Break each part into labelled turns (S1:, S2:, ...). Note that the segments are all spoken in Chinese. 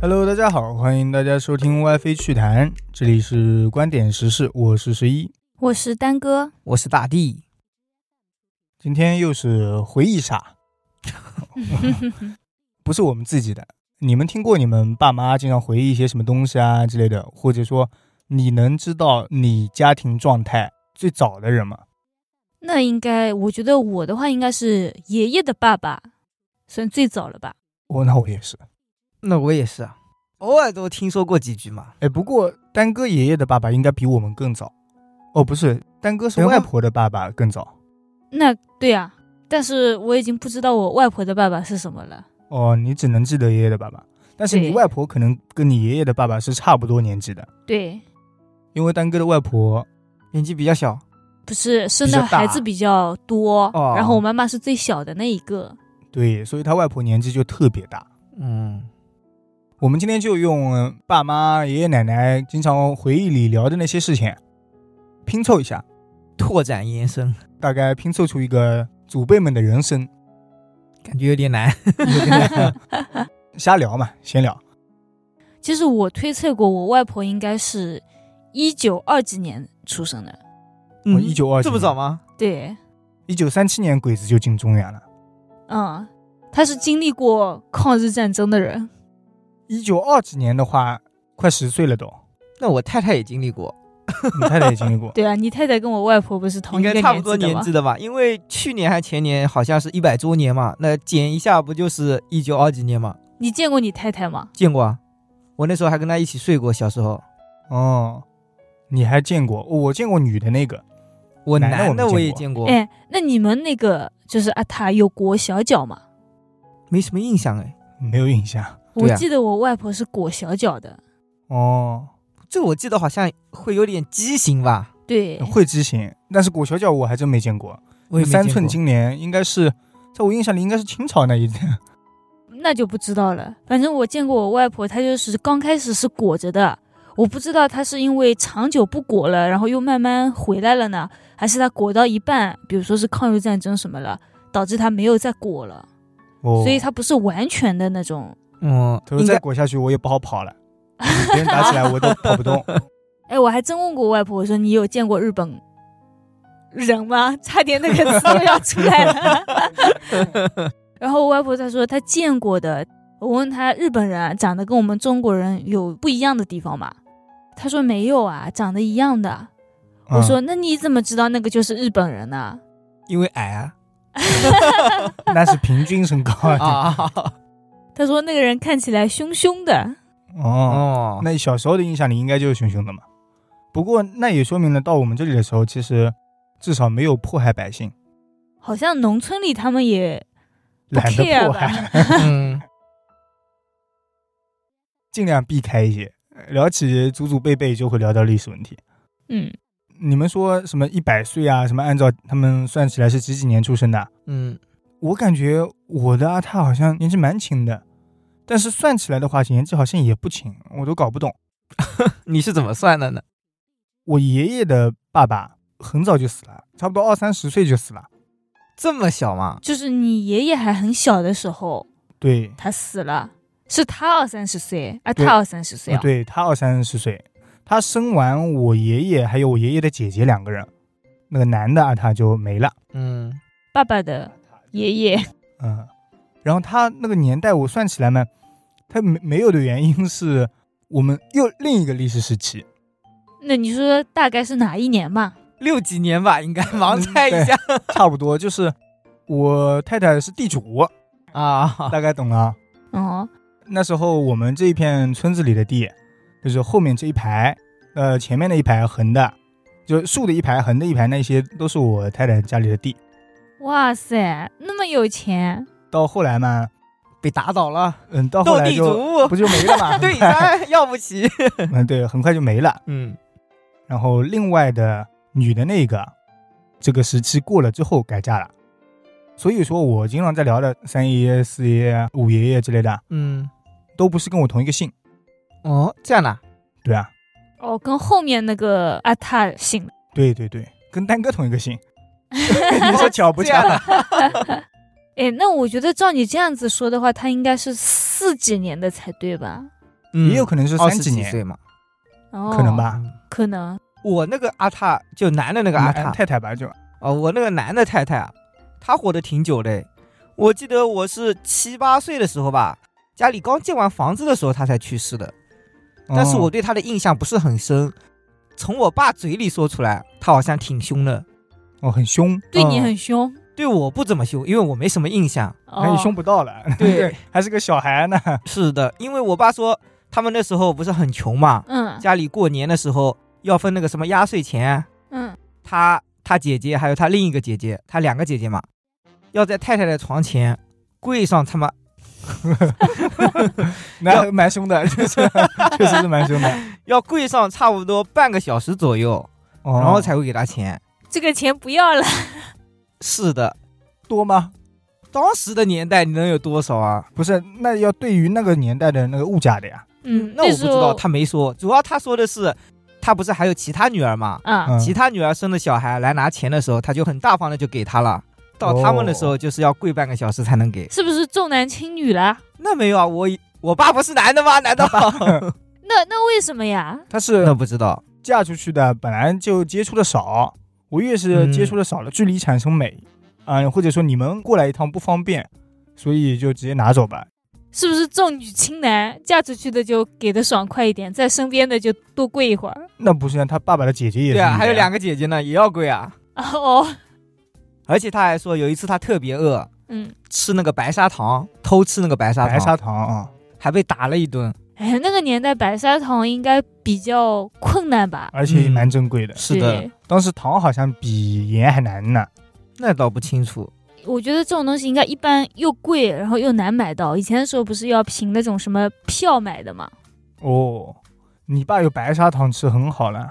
S1: Hello，大家好，欢迎大家收听 WiFi 趣谈，这里是观点时事，我是十一。
S2: 我是丹 哥，
S3: 我是大地，
S1: 今天又是回忆杀，不是我们自己的。你们听过你们爸妈经常回忆一些什么东西啊之类的，或者说你能知道你家庭状态最早的人吗？
S2: 那应该我觉得我的话应该是爷爷的爸爸，算最早了吧？
S1: 哦，那我也是。
S3: 那我也是啊，偶尔都听说过几句嘛。
S1: 哎，不过丹哥爷爷的爸爸应该比我们更早。哦，不是，丹哥是
S3: 等会
S1: 外
S3: 儿
S1: 婆的爸爸更早。
S2: 那对啊，但是我已经不知道我外婆的爸爸是什么了。
S1: 哦，你只能记得爷爷的爸爸，但是你
S2: 对
S1: 外婆可能跟你爷爷的爸爸是差不多年纪的，
S2: 对，
S1: 因为丹哥的外婆
S3: 年纪比较小，
S2: 不是生
S1: 比
S2: 的
S1: 较大
S2: 孩子比较多，
S3: 哦
S2: 然后我妈妈是最小的那一个。
S1: 对，所以她外婆年纪就特别大。
S3: 嗯，
S1: 我们今天就用呃爸妈、爷爷奶奶经常回忆里聊的那些事情，拼凑一下，
S3: 拓展延伸，
S1: 大概拼凑出一个祖辈们的人生。
S3: 感觉有点难。
S1: 瞎聊嘛，闲聊。
S2: 其实我推测过，我外婆应该是一九二几年出生的。
S1: 我1929
S3: 嗯这么早吗？
S2: 对，
S1: 一九三七年，鬼子就进中原了。
S2: 嗯，她是经历过抗日战争的人。
S1: 一九二几年的话，快十岁了都。
S3: 那我太太也经历过，
S1: 你太太也经历过
S2: ，对啊，你太太跟我外婆不是同
S3: 应
S2: 一个
S3: 该差不多
S2: 纪的
S3: 年
S2: 吗？
S3: 纪的吧？因为去年还前年好像是一百周年嘛，那减一下不就是一九二几年嘛？
S2: 你见过你太太吗？
S3: 见过啊，我那时候还跟她一起睡过，小时候。
S1: 哦，你还见过？我见过女的那个，
S3: 我
S1: 男的我
S3: 男
S1: 没
S3: 的我也
S1: 见
S3: 见过，
S2: 哎，那你们那个就是阿塔有裹小脚吗？
S3: 没什么印象哎。
S1: 没有印象。
S2: 我
S3: 对啊
S2: 记得我外婆是裹小脚的，
S1: 哦，
S3: 这我记得好像会有点畸形吧？
S2: 对，
S1: 呃会畸形，但是裹小脚我还真没见过。
S3: 我也没
S1: 三
S3: 见
S1: 寸
S3: 过
S1: 金莲应该是，在我印象里应该是清朝那一代。
S2: 那就不知道了。反正我见过我外婆，她就是刚开始是裹着的，我不知道她是因为长久不裹了，然后又慢慢回来了呢，还是她裹到一半，比如说是抗日战争什么了，导致她没有再裹了，
S1: 哦，
S2: 所以她不是完全的那种。
S3: 嗯，
S1: 头
S3: 应
S1: 再
S3: 该
S1: 裹下去我也不好跑了， 别人打起来我都跑不 动。
S2: 哎，我还真问过我外婆，我说你有见过日本人吗？ 差点那个词都要出来了。 然后我外婆她说她见过的。我问她日本人啊长得跟我们中国人有不一样的地方吗？她说没有啊，长得一样的。我
S1: 嗯
S2: 说、那你怎么知道那个就是日本人呢、
S3: 因为矮啊。
S1: 嗯那是平均身高 啊。
S3: 啊
S2: 她说那个人看起来凶凶的。
S1: 哦，
S3: 哦，
S1: 那小时候的印象里应该就是凶凶的嘛。不过那也说明了，到我们这里的时候，其实至少没有迫害百姓，
S2: 好像农村里他们也不
S1: 懒得
S2: care
S1: 迫
S2: 吧
S1: 害，？
S3: 嗯，
S1: 尽量避开一些。聊起祖祖辈辈，就会聊到历史问题。
S2: 嗯，
S1: 你们说什么一百岁啊？什么按照他们算起来是几几年出生的？
S3: 嗯，
S1: 我感觉我的阿泰好像年纪蛮轻的，但是算起来的话，年纪好像也不轻，我都搞不懂。
S3: 你是怎么算的呢？
S1: 我爷爷的爸爸很早就死了，差不多二三十岁就死了。
S3: 这么小吗？
S2: 就是你爷爷还很小的时候，
S1: 对，
S2: 他死了，是他二三十岁，啊，
S1: 对
S2: 他二三十岁
S1: 啊
S2: 啊，
S1: 对他二三十岁，他生完我爷爷还有我爷爷的姐姐两个人，那个男的阿泰就没了。
S3: 嗯，
S2: 爸爸的爷爷，
S1: 嗯，然后他那个年代我算起来嘛，他没没有的原因是我们又另一个历史时 期，
S2: 那你说大概是哪一年嘛？
S3: 六几年吧，应该
S1: 嗯
S3: 盲猜一下
S1: 差不多就是我太太是地主，
S3: 啊。
S1: 大概懂了。
S2: 哦，
S1: 那时候我们这一片村子里的地，就是后面这一排，呃，前面那一排横的，就竖的一排、横的一排，那些都是我太太家里的地。
S2: 哇塞，那么有钱，
S1: 到后来嘛，
S3: 被打倒了，
S1: 嗯，到后
S3: 斗
S1: 来
S3: 地
S1: 就
S3: 主，
S1: 不就没了 嘛？
S3: 对
S1: 很快，
S3: 呀，要不起。
S1: 嗯，对，很快就没了。
S3: 嗯，
S1: 然后另外的女的那个，这个时期过了之后改嫁了。所以说我经常在聊的三爷爷、四爷爷、五爷爷之类的，
S3: 嗯，
S1: 都不是跟我同一个姓，
S3: 哦，这样的，
S1: 对啊，
S2: 哦，跟后面那个阿塔醒了，
S1: 对对对，跟丹哥同一个 姓。你说巧不
S3: 这
S1: 巧
S2: 啊
S3: 样？的，
S2: 哎，那我觉得照你这样子说的话，他应该是四几年的才对吧？
S3: 嗯
S1: 也有可能是
S3: 二
S1: 三
S3: 十
S1: 几
S3: 几
S1: 年，
S3: 岁嘛。
S2: 哦，
S1: 可能？吧。
S2: 可能
S3: 我那个阿塔就男的那个阿塔
S1: 嗯太太吧，就
S3: 啊，我那个男的太太啊，他活得挺久的诶。我记得我是七八岁的时候吧，家里刚建完房子的时候他才去世的，但是我
S1: 哦
S3: 对他的印象不是很深。从我爸嘴里说出来，他好像挺凶的，
S1: 哦很凶，
S2: 对你
S3: 嗯
S2: 很凶，
S3: 对我不怎么凶，因为我没什么印象。
S1: 那
S2: 哦
S1: 你，哎凶不到了，
S3: 对，
S1: 还是个小孩呢。
S3: 是的，因为我爸说他们那时候不是很穷嘛，
S2: 嗯
S3: 家里过年的时候要分那个什么压岁钱，
S2: 嗯，
S3: 他他姐姐还有他另一个姐姐，他两个姐姐嘛，要在太太的床前跪上他妈，
S1: 那蛮凶 的，确实确实是蛮凶的。
S3: 要跪上差不多半个小时左右，
S1: 哦
S3: 然后才会给他钱。
S2: 这个钱不要了，
S3: 是的，
S1: 多吗？
S3: 当时的年代你能有多少啊？
S1: 不是，那要对于那个年代的那个物价的呀。
S2: 嗯，
S3: 那我不
S2: 时
S3: 知
S2: 候
S3: 道，他没说，主要他说的是，他不是还有其他女儿嘛？
S2: 啊，
S1: 嗯
S3: 其他女儿生的小孩来拿钱的时候，他就很大方的就给他了。到他们的时候，
S1: 哦
S3: 就是要跪半个小时才能给。
S2: 是不是重男轻女了？
S3: 那没有啊，我我爸不是男的吗？难道？
S2: 那那为什么呀？
S1: 她
S3: 那
S1: 是
S3: 不知道。
S1: 嫁出去的，本来就接触的少，我越是
S3: 嗯
S1: 接触的少了，距离产生美，啊、或者说你们过来一趟不方便，所以就直接拿走吧。
S2: 是不是重女轻男？嫁出去的就给的爽快一点，在身边的就多跪一会儿。
S1: 那不是啊，他爸爸的姐姐也是
S3: 对啊，还有两
S1: 个，
S3: 个姐姐呢，也要跪啊。
S2: 哦，
S3: 而且他还说，有一次他特别饿，
S2: 嗯，
S3: 吃那个白砂糖，偷吃那个嗯白砂糖，
S1: 白砂糖啊，
S3: 还被打了一顿。
S2: 哎呀，那个年代白砂糖应该比较困难吧？
S1: 而且也
S3: 嗯
S1: 蛮珍贵的。
S3: 是的，
S2: 对，
S1: 当时糖好像比盐还难呢。
S3: 那倒不清楚。
S2: 我觉得这种东西应该一般又贵，然后又难买到。以前的时候不是要凭那种什么票买的嘛？
S1: 哦，你爸有白砂糖吃很好了，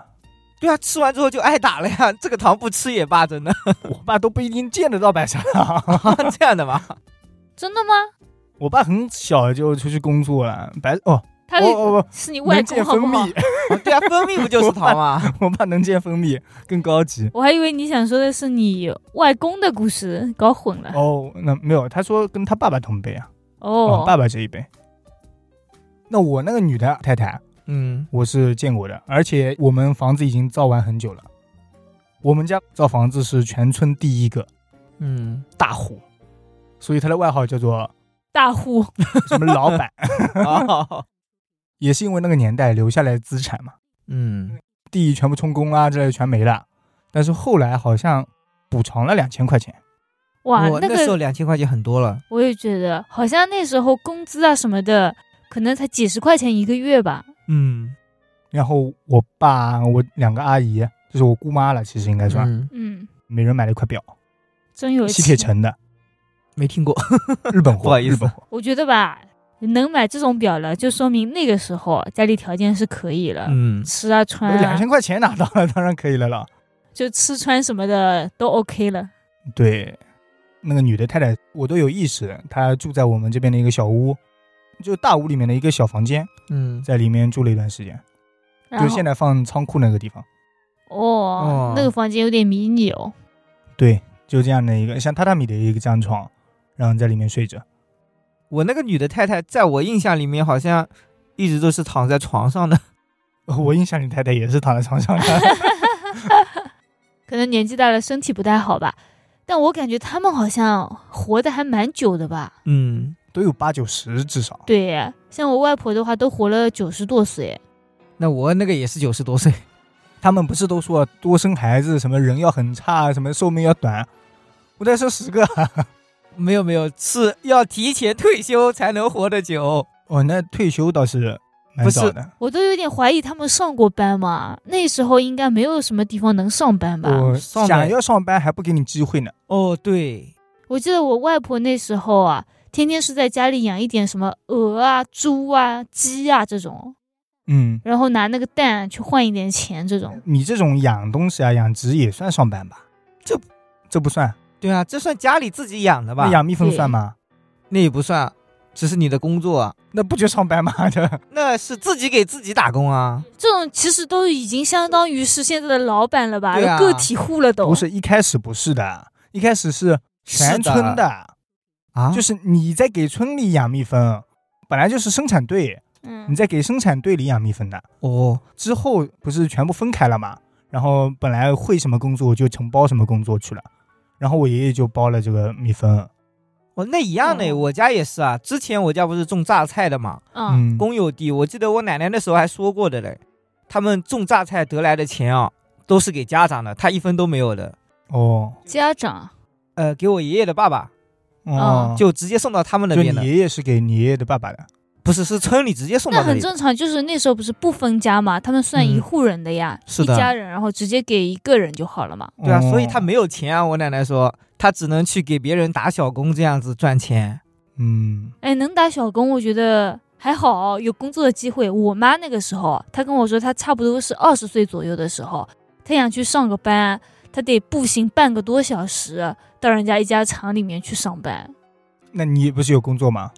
S3: 对啊，吃完之后就挨打了呀。这个糖不吃也罢，真的
S1: 我爸都不一定见得到白砂糖。
S3: 这样的吗？
S2: 真的吗？
S1: 我爸很小就出去工作了，白哦，
S2: 他
S1: 哦哦
S2: 是你
S1: 不，
S2: 外
S1: 能
S2: 公
S1: 见
S2: 好
S1: 蜂
S2: 不好？
S1: 蜜，
S3: 哦 对啊，蜂蜜不就是糖吗？
S1: 我爸能见蜂蜜更高级。
S2: 我还以为你想说的是你外公的故事，搞混了。
S1: 哦，那没有，他说跟他爸爸同辈啊，
S2: 哦，
S1: 爸爸这一辈。那我那个女的太太，
S3: 嗯，
S1: 我是见过的，而且我们房子已经造完很久了。我们家造房子是全村第一个
S3: 嗯，
S1: 大户，所以他的外号叫做
S2: 大户，
S1: 什么老板，
S3: 哦，
S1: 也是因为那个年代留下来的资产嘛，
S3: 嗯，
S1: 地全部充公啦、之类的全没了。但是后来好像补偿了两千块钱，
S2: 哇，
S3: 我
S2: 那
S3: 那时候
S2: 个
S3: 两千块钱很多了。
S2: 我也觉得，好像那时候工资啊什么的，可能才几十块钱一个月吧。
S3: 嗯，
S1: 然后我爸、我两个阿姨，就是我姑妈了，其实应该算，
S3: 嗯，
S2: 嗯，
S1: 每人买了一块表，
S2: 真有
S1: 西铁
S2: 钱。
S1: 城的，
S3: 没听过。
S1: 日本货，
S3: 不好意思
S1: 日本货。
S2: 我觉得吧，能买这种表了，就说明那个时候家里条件是可以了，
S3: 嗯，
S2: 吃啊穿
S1: 两
S2: 啊
S1: 千，块钱拿到了，当然可以了啦。
S2: 就吃穿什么的都 OK 了。
S1: 对，那个女的太太，我都有意识，她住在我们这边的一个小屋，就大屋里面的一个小房间，
S3: 嗯，
S1: 在里面住了一段时间，
S2: 然
S1: 就
S2: 后
S1: 现在放仓库那个地方。
S2: 哦
S3: 哦，
S2: 那个房间有点迷你哦。
S1: 对，就这样的一个像榻榻米的一个张床，然后在里面睡着。
S3: 我那个女的太太，在我印象里面好像一直都是躺在床上的。
S1: 我印象里太太也是躺在床上的，
S2: 可能年纪大了身体不太好吧，但我感觉他们好像活得还蛮久的吧。
S3: 嗯，
S1: 都有八九十至少。
S2: 对，像我外婆的话都活了九十多岁。
S3: 那我那个也是九十多岁。
S1: 他们不是都说多生孩子什么人要很差，什么寿命要短？我再生十个，
S3: 没有没有，是要提前退休才能活得久。
S1: 哦，那退休倒是蛮早的。
S2: 我都有点怀疑他们上过班嘛，那时候应该没有什么地方能上班吧？
S1: 我
S3: 上班
S1: 想要上班还不给你机会呢。
S3: 哦，对，
S2: 我记得我外婆那时候啊，天天是在家里养一点什么鹅啊、猪啊、鸡啊这种，
S1: 嗯，
S2: 然后拿那个蛋去换一点钱这种。
S1: 你这种养东西啊，养殖也算上班吧？
S3: 这
S1: 这不算，
S3: 对啊，这算家里自己养的吧
S1: 那？养蜜蜂算吗？
S3: 那也不算，只是你的工作啊，
S1: 那不就上班吗？ 这
S3: 那是自己给自己打工啊。
S2: 这种其实都已经相当于是现在的老板了吧，
S3: 对啊
S2: 个体户了都。
S1: 不是一开始不是的，一开始是全村
S3: 是的
S1: 的，
S3: 啊，
S1: 就是是你在给村里养蜜蜂，本来就是生产队，
S2: 嗯
S1: 你再给生产队里养蜜蜂的。
S3: 哦，
S1: 之后不是全部分开了嘛，然后本来会什么工作就承包什么工作去了，然后我爷爷就包了这个蜜蜂，
S3: 我那一样的，
S2: 哦
S3: 我家也是啊。之前我家不是种榨菜的嘛，
S2: 嗯
S1: 嗯，
S3: 公有地，我记得我奶奶那时候还说过的嘞，他们种榨菜得来的钱啊，都是给家长的，他一分都没有的。
S1: 哦
S2: 家长
S3: 呃，给我爷爷的爸爸
S1: 哦，
S3: 就直接送到他们那
S1: 就
S3: 边
S1: 你
S3: 的，
S1: 爷爷是给你爷爷的爸爸的，
S3: 不是是村里直接送
S2: 那
S3: 到那
S2: 很
S3: 里。
S2: 正常，就是那时候不是不分家嘛，他们算一
S3: 嗯
S2: 户人的呀，
S3: 是
S2: 一
S3: 的
S2: 家人，然后直接给一个人就好了嘛。
S3: 对啊，所以
S1: 哦
S3: 他没有钱啊。我奶奶说，他只能去给别人打小工这样子 赚钱。
S1: 嗯
S2: 哎，能打小工，我觉得还好，有工作的机会。我妈那个时候，她跟我说，她差不多是二十岁左右的时候，她想去上个班，她得步行半个多小时到人家一家厂里面去上班，
S1: 那你不是有工作吗？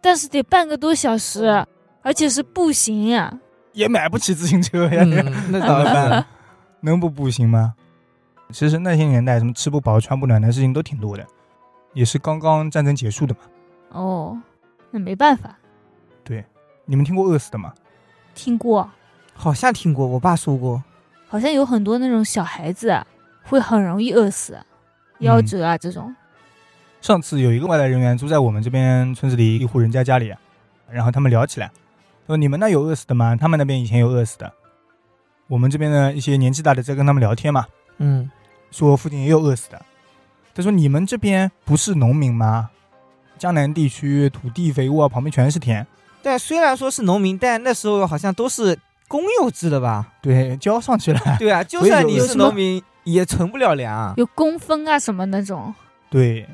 S2: 但是得半个多小时，而且是步行呀、
S1: 也买不起自行车呀，
S3: 嗯，
S1: 那
S3: 那怎
S1: 怎
S3: 么
S1: 么
S3: 办？
S1: 办？能不步行吗？其实那些年代，什么吃不饱、穿不暖的事情都挺多的，也是刚刚战争结束的嘛。
S2: 哦，那没办法，
S1: 你们听过饿死的吗？
S2: 听过，
S3: 好像听过，我爸说过。
S2: 好像有很多那种小孩子啊会很容易饿死、夭折啊、这种。
S1: 上次有一个外来人员住在我们这边村子里一户人家家里，啊然后他们聊起来，说你们那有饿死的吗？他们那边以前有饿死的。我们这边的一些年纪大的在跟他们聊天嘛，
S3: 嗯，
S1: 说附近也有饿死的。他说你们这边不是农民吗？江南地区土地肥沃，旁边全是田，
S3: 对，虽然说是农民，但那时候好像都是公有制的吧？
S1: 对，交上去了。
S3: 对啊，就
S1: 所以
S3: 算
S1: 有
S3: 你
S1: 有
S3: 是
S1: 什么
S3: 农民，也存不了粮啊。
S2: 有工分啊什么那种，
S1: 对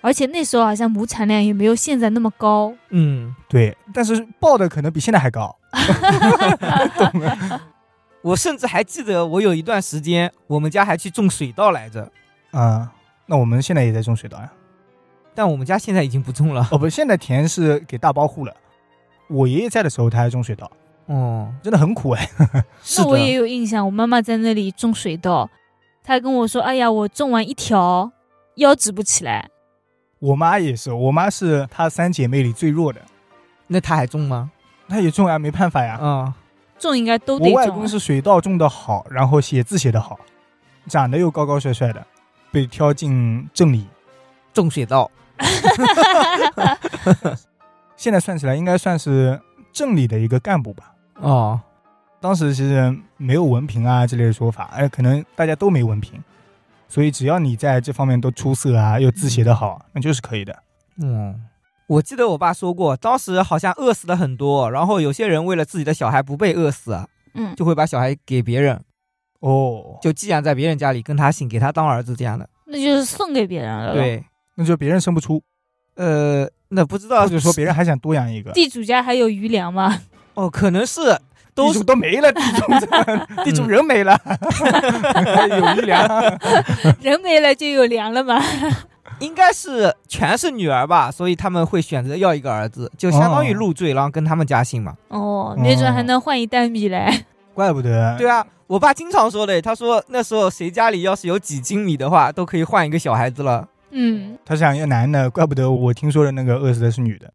S2: 而且那时候好像亩产量也没有现在那么高。
S3: 嗯，
S1: 对，但是报的可能比现在还高。
S3: 我甚至还记得，我有一段时间，我们家还去种水稻来着，
S1: 啊、那我们现在也在种水稻呀。
S3: 但我们家现在已经不种了。
S1: 哦不，现在田是给大包户了。我爷爷在的时候，他还种水稻，
S3: 哦，
S1: 真的很苦哎。
S3: 是
S2: 那我也
S3: 的，
S2: 有印象，我妈妈在那里种水稻，她还跟我说：“哎呀，我种完一条，腰直不起来。
S1: 我妈也是，我妈是她三姐妹里最弱的，
S3: 那他还种吗？
S1: 她也种啊，没办法呀。
S3: 啊，
S2: 种应该都得
S1: 我外
S2: 种
S1: 公
S2: 啊。
S1: 是水稻种的好，然后写字写的好，长得又高高帅帅的，被挑进镇里。
S3: 种水稻。
S1: 现在算起来，应该算是镇里的一个干部吧。
S3: 哦，
S1: 当时其实没有文凭啊之类的说法，哎，可能大家都没文凭，所以只要你在这方面都出色啊，又字写得好，那就是可以的。
S3: 嗯，我记得我爸说过，当时好像饿死的很多，然后有些人为了自己的小孩不被饿死，啊
S2: 嗯，
S3: 就会把小孩给别人，
S1: 哦，
S3: 就寄养在别人家里，跟他姓，给他当儿子这样的。
S2: 那就是送给别人了。，
S3: 对，
S1: 那就别人生不出，
S3: 呃，那不知道
S1: 或者说别人还想多养一个，
S2: 地主家还有余粮吗？
S3: 哦，可能是都
S1: 地主
S3: 是
S1: 都没了，地主 地主人没 了，
S2: 啊
S1: 有余粮。
S2: 人没了就有粮了嘛。
S3: 应该是全是女儿吧，所以他们会选择要一个儿子，就相当于
S1: 哦
S3: 入赘，然后跟他们家姓嘛。
S2: 哦，没准还能换一担米来。
S1: 怪不得，
S3: 对啊，我爸经常说的，他说那时候谁家里要是有几斤米的话，都可以换一个小孩子了。
S2: 嗯，
S1: 他想要男的，怪不得我听说的那个饿死的是女的，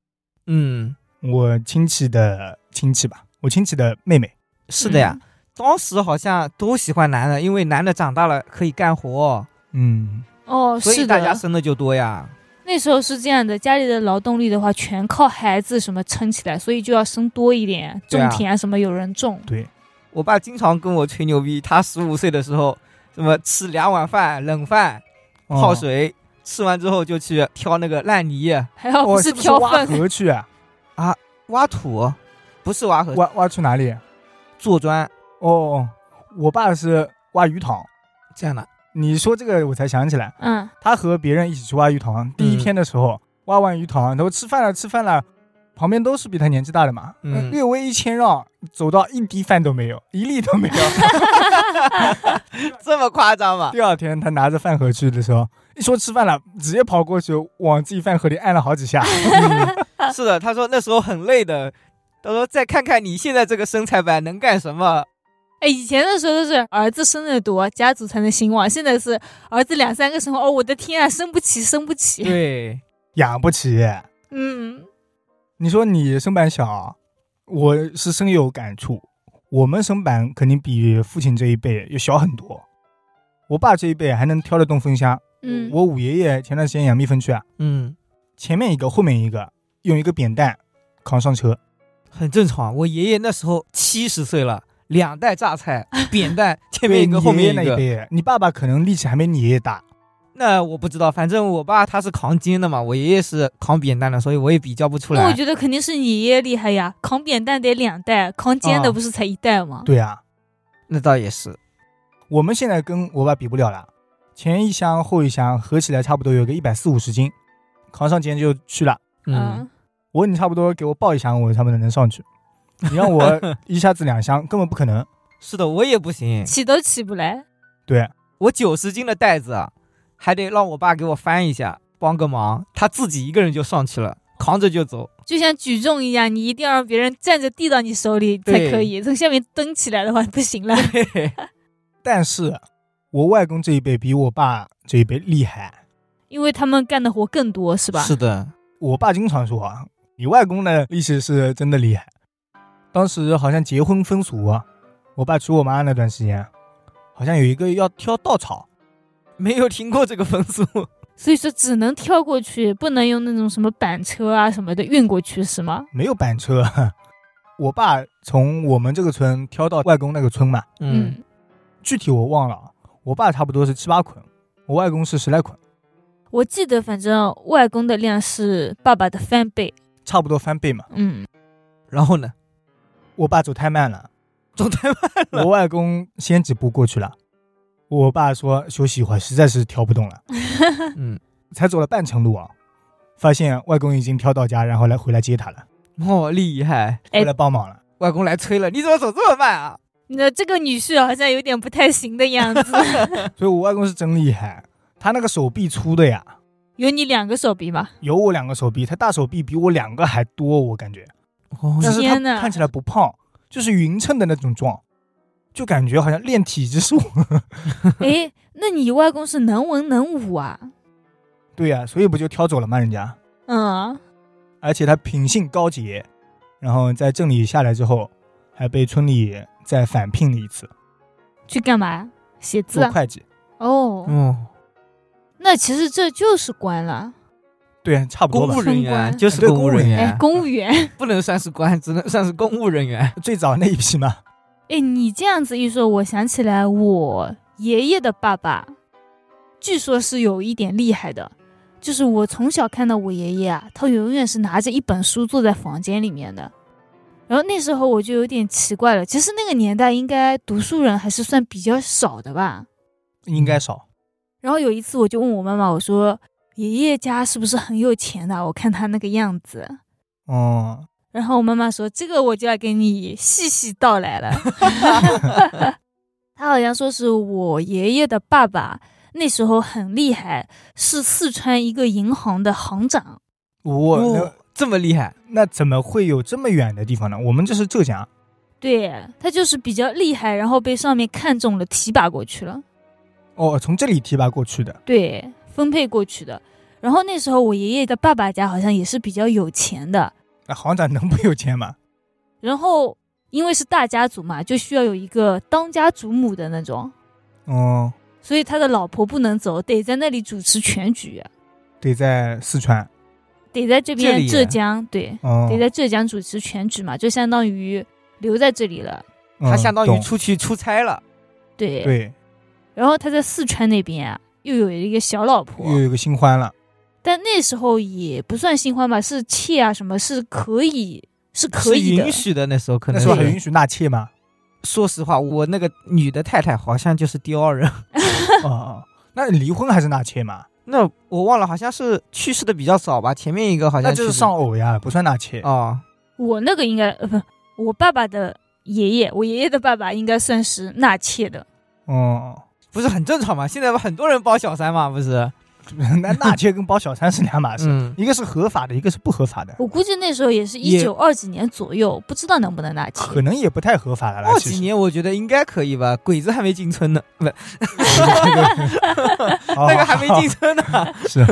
S3: 嗯，
S1: 我亲戚的亲戚吧，我亲戚的妹妹。
S3: 是的呀。当时好像都喜欢男的，因为男的长大了可以干活，
S1: 嗯，
S2: 嗯。哦，
S3: 所以
S2: 是
S3: 大家
S2: 的。
S3: 生的就多呀。
S2: 那时候是这样的，家里的劳动力的话，全靠孩子什么撑起来，所以就要生多一点，
S3: 对
S2: 种
S3: 啊
S2: 田啊什么有人种。
S1: 对，
S3: 我爸经常跟我吹牛逼，他十五岁的时候，什么吃两碗饭，冷饭
S1: 哦
S3: 泡，水，吃完之后就去挑那个烂泥、
S2: 还好
S1: 哦，
S2: 是
S1: 是
S2: 挑
S1: 挖
S2: 粪，
S1: 河去啊？
S3: 挖土，不是挖河，
S1: 挖挖去哪里？
S3: 做砖
S1: 哦，我爸是挖鱼塘。
S3: 这样的。
S1: 你说这个我才想起来，
S2: 嗯，
S1: 他和别人一起去挖鱼塘，第一天的时候、挖完鱼塘，他说吃饭了吃饭了，旁边都是比他年纪大的嘛，
S3: 嗯
S1: 略微一谦让，走到一滴饭都没有，一粒都 没有。
S3: 这么夸张吗？
S1: 第二天他拿着饭盒去的时候，一说吃饭了，直接跑过去往自己饭盒里按了好几下。
S3: 是的，他说那时候很累的，他说再看看你现在这个身材板能干什么？
S2: 哎，以前的时候都是儿子生的多，家族才能兴旺，现在是儿子两三个生活，哦，我的天啊，生不起，生不起。
S3: 对，
S1: 养不起，
S2: 嗯，
S1: 你说你身板小，我是深有感触。我们身板肯定比父亲这一辈要小很多。我爸这一辈还能挑得动风箱，
S2: 嗯，
S1: 我五爷爷前段时间养蜜蜂去啊，
S3: 嗯，
S1: 前面一个，后面一个，用一个扁担扛上车。
S3: 很正常。我爷爷那时候七十岁了，两袋榨 菜，扁担，前面一个，后面
S1: 那
S3: 一
S1: 一
S3: 个。
S1: 辈，你爸爸可能力气还没你爷爷大。
S3: 那我不知道，反正我爸他是扛肩的嘛，我爷爷是扛扁担的，所以我也比较不出
S2: 那我
S3: 来。
S2: 觉得肯定是你爷爷厉害呀，扛扁担得两袋，扛尖的
S3: 啊
S2: 不是才一袋吗？
S1: 对啊，
S3: 那倒也是，
S1: 我们现在跟我爸比不了了，前一箱后一箱合起来差不多有个一百四五十斤，扛上肩就去了。
S3: 嗯，
S2: 啊，
S1: 我你差不多给我抱一箱，我差不多能上去。你让我一下子两箱，根本不可能。
S3: 是的，我也不行，
S2: 起都起不来。
S1: 对，
S3: 我九十斤的袋子啊，还得让我爸给我翻一下，帮个忙，他自己一个人就上去了，扛着就走。
S2: 就像举重一样，你一定要让别人站着递到你手里才
S3: 对
S2: 可以，从下面蹬起来的话 不行了。
S3: 嘿 嘿
S1: 但是我外公这一辈比我爸这一辈厉害。
S2: 因为他们干的活更多，是吧？
S3: 是的，
S1: 我爸经常说啊，你外公的力气是真的厉害。当时好像结婚风俗啊，我爸娶我妈那段时间，好像有一个要挑稻草，
S3: 没有听过这个风俗。
S2: 所以说只能跳过去，不能用那种什么板车啊什么的运过去，是吗？
S1: 没有板车。我爸从我们这个村挑到外公那个村嘛，
S3: 嗯，，
S1: 具体我忘了啊，我爸差不多是七八捆，我外公是十来捆，
S2: 我记得反正外公的量是爸爸的翻倍。
S1: 差不多翻倍嘛。
S2: 嗯，
S3: 然后呢，
S1: 我爸走太慢 了，
S3: 总太慢
S1: 我外公先几步过去了。我爸说休息一会儿，实在是挑不动了，
S3: 嗯，
S1: 才走了半程路啊，发现外公已经挑到家，然后来回来接他了，
S3: 哦，厉害，
S2: 哎
S1: 回来帮忙了。
S3: 外公来催了，你怎么走这么慢啊？
S2: 那这个女婿好像有点不太行的样子，
S1: 所以我外公是真厉害，他那个手臂粗的呀，
S2: 有你两个手臂 吗？
S1: 有我两个手臂，他大手臂比我两个还多，我感觉。
S3: 哦
S1: 但是他
S2: 天哪
S1: 看起来不胖，就是匀称的那种壮，就感觉好像练体之术。
S2: 哎，那你外公是能文能武啊？
S1: 对呀、所以不就挑走了吗？人家，
S2: 嗯，
S1: 而且他品性高洁，然后在镇里下来之后，还被村里再返聘了一次，
S2: 去干嘛？写字
S1: 做
S2: 啊？
S1: 会计。
S2: 哦，
S3: 哦，
S2: 那其实这就是官了。
S1: 对，差不多
S3: 公
S1: 吧
S3: 务。人员
S2: 村官
S3: 就是
S1: 对
S3: 公务人
S2: 哎
S3: 员，，
S2: 公务员。
S3: 不能算是官，只能算是公务人员。
S1: 最早那一批嘛，
S2: 哎，你这样子一说，我想起来我爷爷的爸爸，据说是有一点厉害的，就是我从小看到我爷爷啊，他永远是拿着一本书坐在房间里面的。然后那时候我就有点奇怪了，其实那个年代应该读书人还是算比较少的吧。
S1: 应该少。
S2: 然后有一次我就问我妈妈，我说爷爷家是不是很有钱的啊？我看他那个样子。
S1: 嗯，
S2: 然后我妈妈说：“这个我就要给你细细道来了。”他好像说是我爷爷的爸爸，那时候很厉害，是四川一个银行的行长。
S1: 嗯我那
S3: 哦，这么厉害，
S1: 那怎么会有这么远的地方呢？我们这是浙江，
S2: 对他就是比较厉害，然后被上面看中了，提拔过去了，
S1: 哦，从这里提拔过去的。
S2: 对，分配过去的。然后那时候我爷爷的爸爸家好像也是比较有钱的，
S1: 那行长能不有钱吗？
S2: 然后因为是大家族嘛，就需要有一个当家主母的那种，
S1: 嗯，
S2: 所以他的老婆不能走，得在那里主持全局。
S1: 得在四川。
S2: 得在这
S3: 这
S2: 边
S3: 里哦
S2: 浙江，对，
S1: 嗯，
S2: 得在浙江主持全局嘛，就相当于留在这里了，
S1: 嗯
S3: 他相当于
S1: 懂
S3: 出去出差了。
S2: 对。
S1: 对，
S2: 然后他在四川那边啊，又有一个小老婆，
S1: 又有个新欢了。
S2: 但那时候也不算新欢吧，是妾啊，什么是可以，是可
S3: 是
S2: 以的
S3: 允。许的，那时候可
S1: 那
S3: 能
S1: 时候还
S3: 是
S1: 允许纳妾 吗？
S3: 说实话，我那个女的太太好像就是第二人，
S1: 哦哦，那离婚还是纳妾嘛？
S3: 那我忘了，好像是去世的比较早吧，前面一个好像
S1: 那就是
S3: 去世
S1: 丧偶呀，不算纳妾。
S3: 哦，
S2: 我那个应该呃不，我爸爸的爷爷，我爷爷的爸爸应该算是纳妾的。
S1: 哦，
S3: 不是很正常嘛？现在不很多人包小三嘛，不是？
S1: 那纳妾跟包小三啊是两码事，
S3: 嗯，
S1: 一个是合法的，一个是不合法的，
S2: 我估计那时候也是一
S3: 也
S2: 九二几年左右，不知道能不能纳妾。
S1: 可能也不太合法了啦
S3: 过。
S1: 其
S3: 几
S1: 实，
S3: 年我觉得应该可以吧，鬼子还没进村呢，不，
S1: 那哦
S3: 那个还没 进村呢。
S1: 是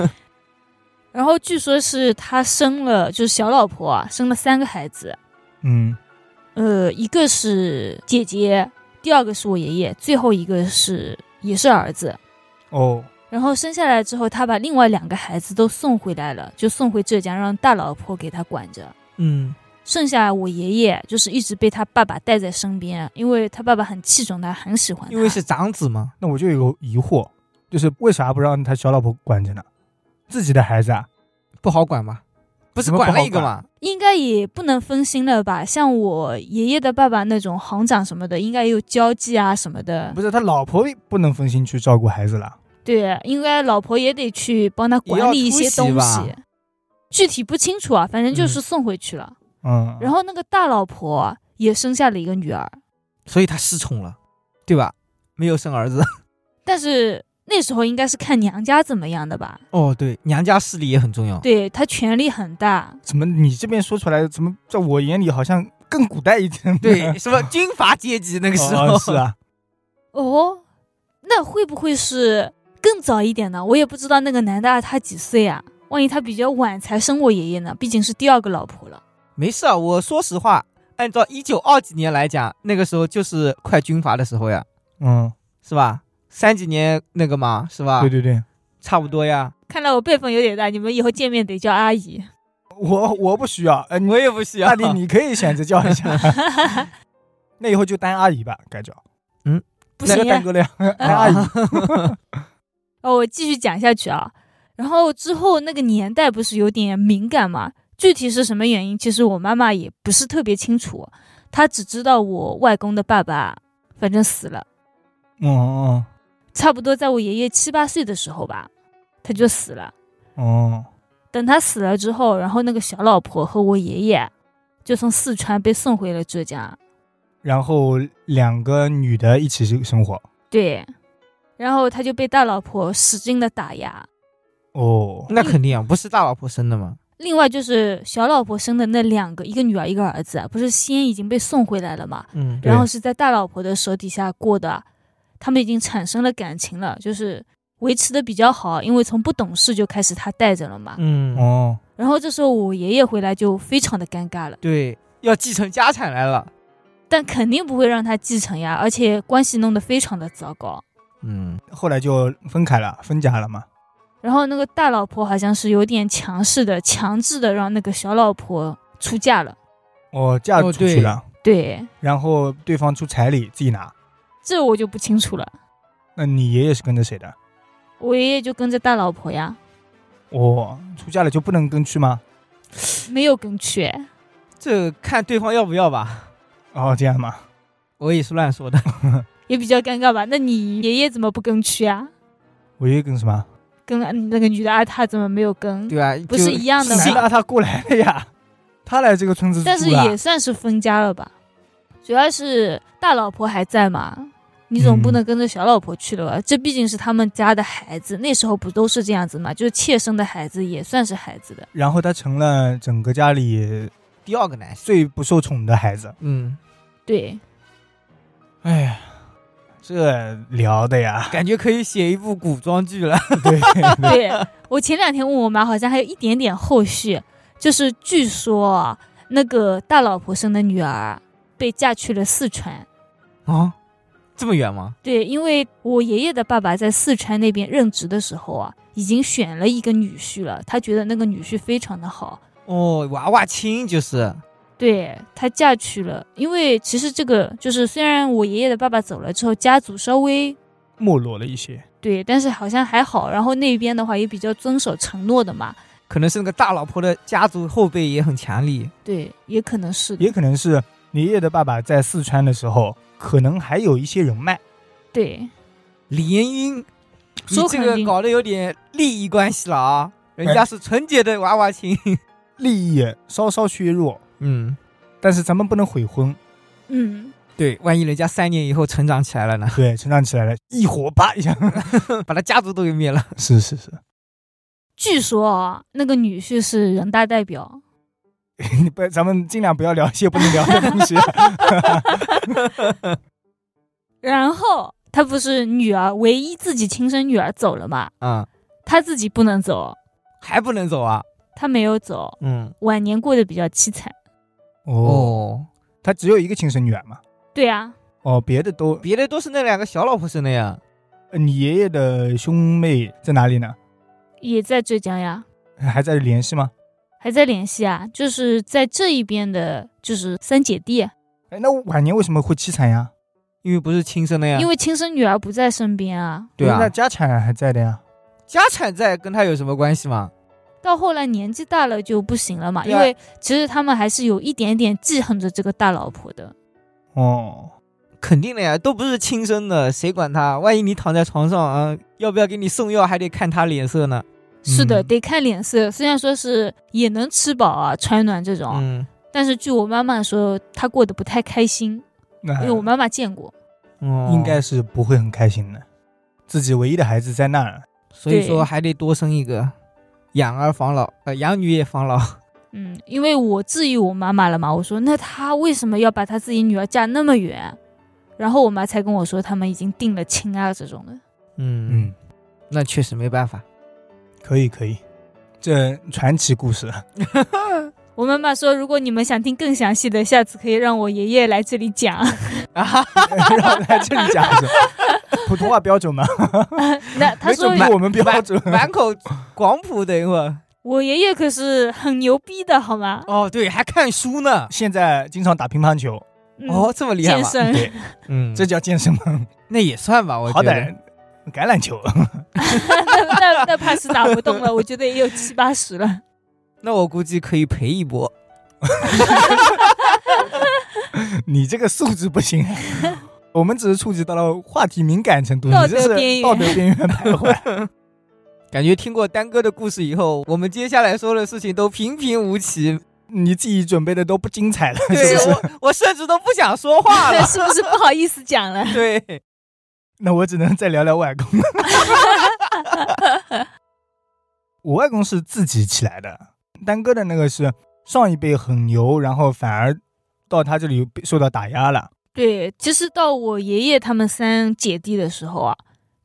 S2: 然后据说是他生了，就是小老婆啊，生了三个孩子，
S1: 嗯，
S2: 呃，一个是姐姐，第二个是我爷爷，最后一个是也是儿子。
S1: 哦，
S2: 然后生下来之后，他把另外两个孩子都送回来了，就送回浙江，让大老婆给他管着。
S3: 嗯
S2: 剩下我爷爷就是一直被他爸爸带在身边，因为他爸爸很器重他，很喜欢他。
S3: 因为是长子嘛，
S1: 那我就有个疑惑，就是为啥不让他小老婆管着呢？自己的孩子啊，
S3: 不好管嘛，不是
S1: 怎么不
S3: 管了
S1: 好
S3: 一个
S1: 管
S3: 嘛？
S2: 应该也不能分心了吧？像我爷爷的爸爸那种行长什么的，应该也有交际啊什么的。
S1: 不是他老婆不能分心去照顾孩子了。
S2: 对，应该老婆也得去帮他管理一些
S3: 也
S2: 东
S3: 要出席
S2: 西，具体不清楚啊，反正就是
S3: 嗯
S2: 送回去了。
S1: 嗯，
S2: 然后那个大老婆也生下了一个女儿，
S3: 所以他失宠了，对吧？没有生儿子。
S2: 但是那时候应该是看娘家怎么样的吧？
S3: 哦，对，娘家势力也很重要。
S2: 对他权力很大，
S1: 怎么你这边说出来，怎么在我眼里好像更古代一点呢？
S3: 对，什么军阀阶级那个时候、
S1: 哦是，啊，
S2: 哦，那会不会是更早一点呢？我也不知道那个男的他几岁啊？万一他比较晚才生我爷爷呢？毕竟是第二个老婆了。
S3: 没事啊。我说实话，按照一九二几年来讲，那个时候就是快军阀的时候呀，
S1: 嗯，
S3: 是吧？三几年那个嘛，是吧？
S1: 对对对，
S3: 差不多呀。
S2: 看来我辈分有点大，你们以后见面得叫阿姨。
S1: 我我不需要，哎、你
S3: 我也不需要。
S1: 大弟 你可以选择叫一下， 那以后就当阿姨吧，该叫
S2: 不
S1: 那
S2: 行 啊
S1: 个
S2: 呀、
S1: 蛋哥 亮当阿姨，
S2: 哦，我继续讲下去啊。然后之后那个年代不是有点敏感嘛？具体是什么原因，其实我妈妈也不是特别清楚，她只知道我外公的爸爸反正死了，
S1: 嗯哦
S2: 差不多在我爷爷七八岁的时候吧，他就死了。
S1: 哦，
S2: 等他死了之后，然后那个小老婆和我爷爷就从四川被送回了浙江。
S1: 然后两个女的一起生生活，
S2: 对，然后他就被大老婆使劲的打压，
S1: 哦，
S3: 那肯定啊，不是大老婆生的嘛。
S2: 另外就是小老婆生的那两个，一个女儿一个儿子，啊不是先已经被送回来了嘛？
S3: 嗯
S1: 对
S2: 然后是在大老婆的手底下过的，他们已经产生了感情了，就是维持的比较好，因为从不懂事就开始他带着了嘛。
S3: 嗯，
S1: 哦，
S2: 然后这时候我爷爷回来就非常的尴尬了，
S3: 对，要继承家产来了。
S2: 但肯定不会让他继承呀，而且关系弄得非常的糟糕。
S3: 嗯，
S1: 后来就分开了，分家了嘛。
S2: 然后那个大老婆好像是有点强势的，强制的让那个小老婆出嫁了。
S1: 哦，嫁出
S3: 哦对
S1: 去了，
S2: 对，
S1: 然后对方出彩礼自己拿，
S2: 这我就不清楚了。
S1: 那你爷爷是跟着谁的？
S2: 我爷爷就跟着大老婆呀，
S1: 哦，出嫁了就不能跟去吗？
S2: 没有跟去，哎
S3: 这看对方要不要吧。
S1: 哦，这样吗？
S3: 我也是乱说 的。
S2: 也比较尴尬吧？那你爷爷怎么不跟去啊？
S1: 我爷爷跟什么？
S2: 跟嗯那个女的啊，她怎么没有跟？
S3: 对啊，
S2: 不
S3: 就是
S2: 一样的
S1: 是
S2: 吗
S3: 信
S1: 拉他过来的呀，他来这个村子住
S2: 但是
S1: 了
S2: 也算是分家了吧？主要是大老婆还在嘛，你总不
S1: 嗯
S2: 能跟着小老婆去了吧？这毕竟是他们家的孩子，那时候不都是这样子嘛？就是妾生的孩子也算是孩子的。
S1: 然后他成了整个家里
S3: 第二个男生。
S1: 最不受宠的孩子。
S3: 嗯，
S2: 对，
S1: 哎呀，这聊的呀，
S3: 感觉可以写一部古装剧了。
S1: 对，
S2: 对我前两天问我妈，好像还有一点点后续，就是据说啊那个大老婆生的女儿被嫁去了四川。
S3: 啊，这么远吗？
S2: 对，因为我爷爷的爸爸在四川那边任职的时候啊，已经选了一个女婿了，他觉得那个女婿非常的好，
S3: 哦，娃娃亲就是，
S2: 对他嫁去了。因为其实这个就是，虽然我爷爷的爸爸走了之后，家族稍微
S1: 没落了一些。
S2: 对，但是好像还好。然后那边的话也比较遵守承诺的嘛，
S3: 可能是那个大老婆的家族后辈也很强力。
S2: 对，也可能是的
S1: 也可能是你爷爷的爸爸在四川的时候，可能还有一些人脉。
S2: 对，
S3: 联姻，你
S2: 说
S3: 这
S2: 肯
S3: 个
S2: 定
S3: 搞得有点利益关系了啊！人家是纯洁的娃娃亲。
S1: 利益稍稍削弱，
S3: 嗯，
S1: 但是咱们不能悔婚。
S2: 嗯，
S3: 对，万一人家三年以后成长起来了呢，
S1: 对，成长起来了，一火啪一下。
S3: 把他家族都给灭了。
S1: 是是是，
S2: 据说啊，那个女婿是人大代表，
S1: 你不，咱们尽量不要聊一些不能聊的东西。
S2: 然后他不是女儿唯一自己亲生女儿走了嘛，
S3: 嗯，
S2: 他自己不能走，
S3: 还不能走啊？
S2: 他没有走，
S3: 嗯，
S2: 晚年过得比较凄惨。
S1: 哦，
S3: 哦，
S1: 他只有一个亲生女儿嘛。
S2: 对啊，
S1: 哦，别的都，
S3: 别的都是那两个小老婆生的呀。
S1: 呃你爷爷的兄妹在哪里呢？
S2: 也在浙江呀，
S1: 还在联系吗？
S2: 还在联系啊，就是在这一边的，就是三姐弟，啊
S1: 哎，那晚年为什么会凄惨呀？
S3: 因为不是亲生的呀，
S2: 因为亲生女儿不在身边啊。
S3: 对啊
S1: 那，家产还在的呀。
S3: 家产在跟他有什么关系吗？
S2: 到后来年纪大了就不行了嘛，
S3: 对
S2: 因
S3: 啊
S2: 为其实他们还是有一点点记恨着这个大老婆
S3: 嗯
S2: 的。
S1: 哦，
S3: 肯定的呀，都不是亲生的，谁管他？万一你躺在床上啊，要不要给你送药，还得看他脸色呢。
S2: 是的，
S1: 嗯
S2: 得看脸色。虽然说是也能吃饱啊、穿暖这种，
S3: 嗯
S2: 但是据我妈妈说，她过得不太开心，因
S3: 哎
S1: 那
S2: 哎为我妈妈见过。
S3: 哦
S1: 应该是不会很开心的。自己唯一的孩子在那儿，
S3: 所以
S2: 对
S3: 说还得多生一个，养儿防老，呃，养女也防 老。
S2: 嗯，因为我质疑我妈妈了嘛，我说那她为什么要把她自己女儿嫁那么远？然后我妈才跟我说，他们已经定了亲啊这种的。
S3: 嗯，
S1: 嗯，
S3: 那确实没办法。
S1: 可以可以，这传奇故事，
S2: 我妈妈说，如果你们想听更详细的，下次可以让我爷爷来这里讲。
S3: 啊
S1: 然后在这里讲一下，普通话标准吗？
S2: 那她
S1: 没
S2: 说
S1: 准比我们标准。
S3: 满口广普，等一会儿。
S2: 我爷爷可是很牛逼的，好吗？
S3: 哦，对，还看书呢。
S1: 现在经常打乒乓球，
S2: 嗯、
S3: 哦，，这么厉害
S2: 健
S3: 吗？
S2: 身。
S1: 对，
S3: 嗯，
S1: 这叫健身吗？
S3: 那也算吧，我觉
S1: 好
S3: 得。
S1: 歹橄榄球，
S2: 那那那怕是打不动了，我觉得也有七八十了。
S3: 那我估计可以赔一波。
S1: 你这个素质不行。我们只是触及到了话题敏感程度，
S2: 道
S1: 你
S2: 德
S1: 这是
S2: 边缘。
S1: 道德边缘徘徊。
S3: 感觉听过丹哥的故事以后，我们接下来说的事情都平平无奇，
S1: 你自己准备的都不精彩了，
S3: 对
S1: 是不是？
S3: 我我甚至都不想说话了
S2: 是不是不好意思讲了？
S3: 对，
S1: 那我只能再聊聊外公。 我外公是自己起来的，丹哥的那个是上一辈很牛，然后反而到他这里被受到打压了。
S2: 对，其实到我爷爷他们三姐弟的时候啊，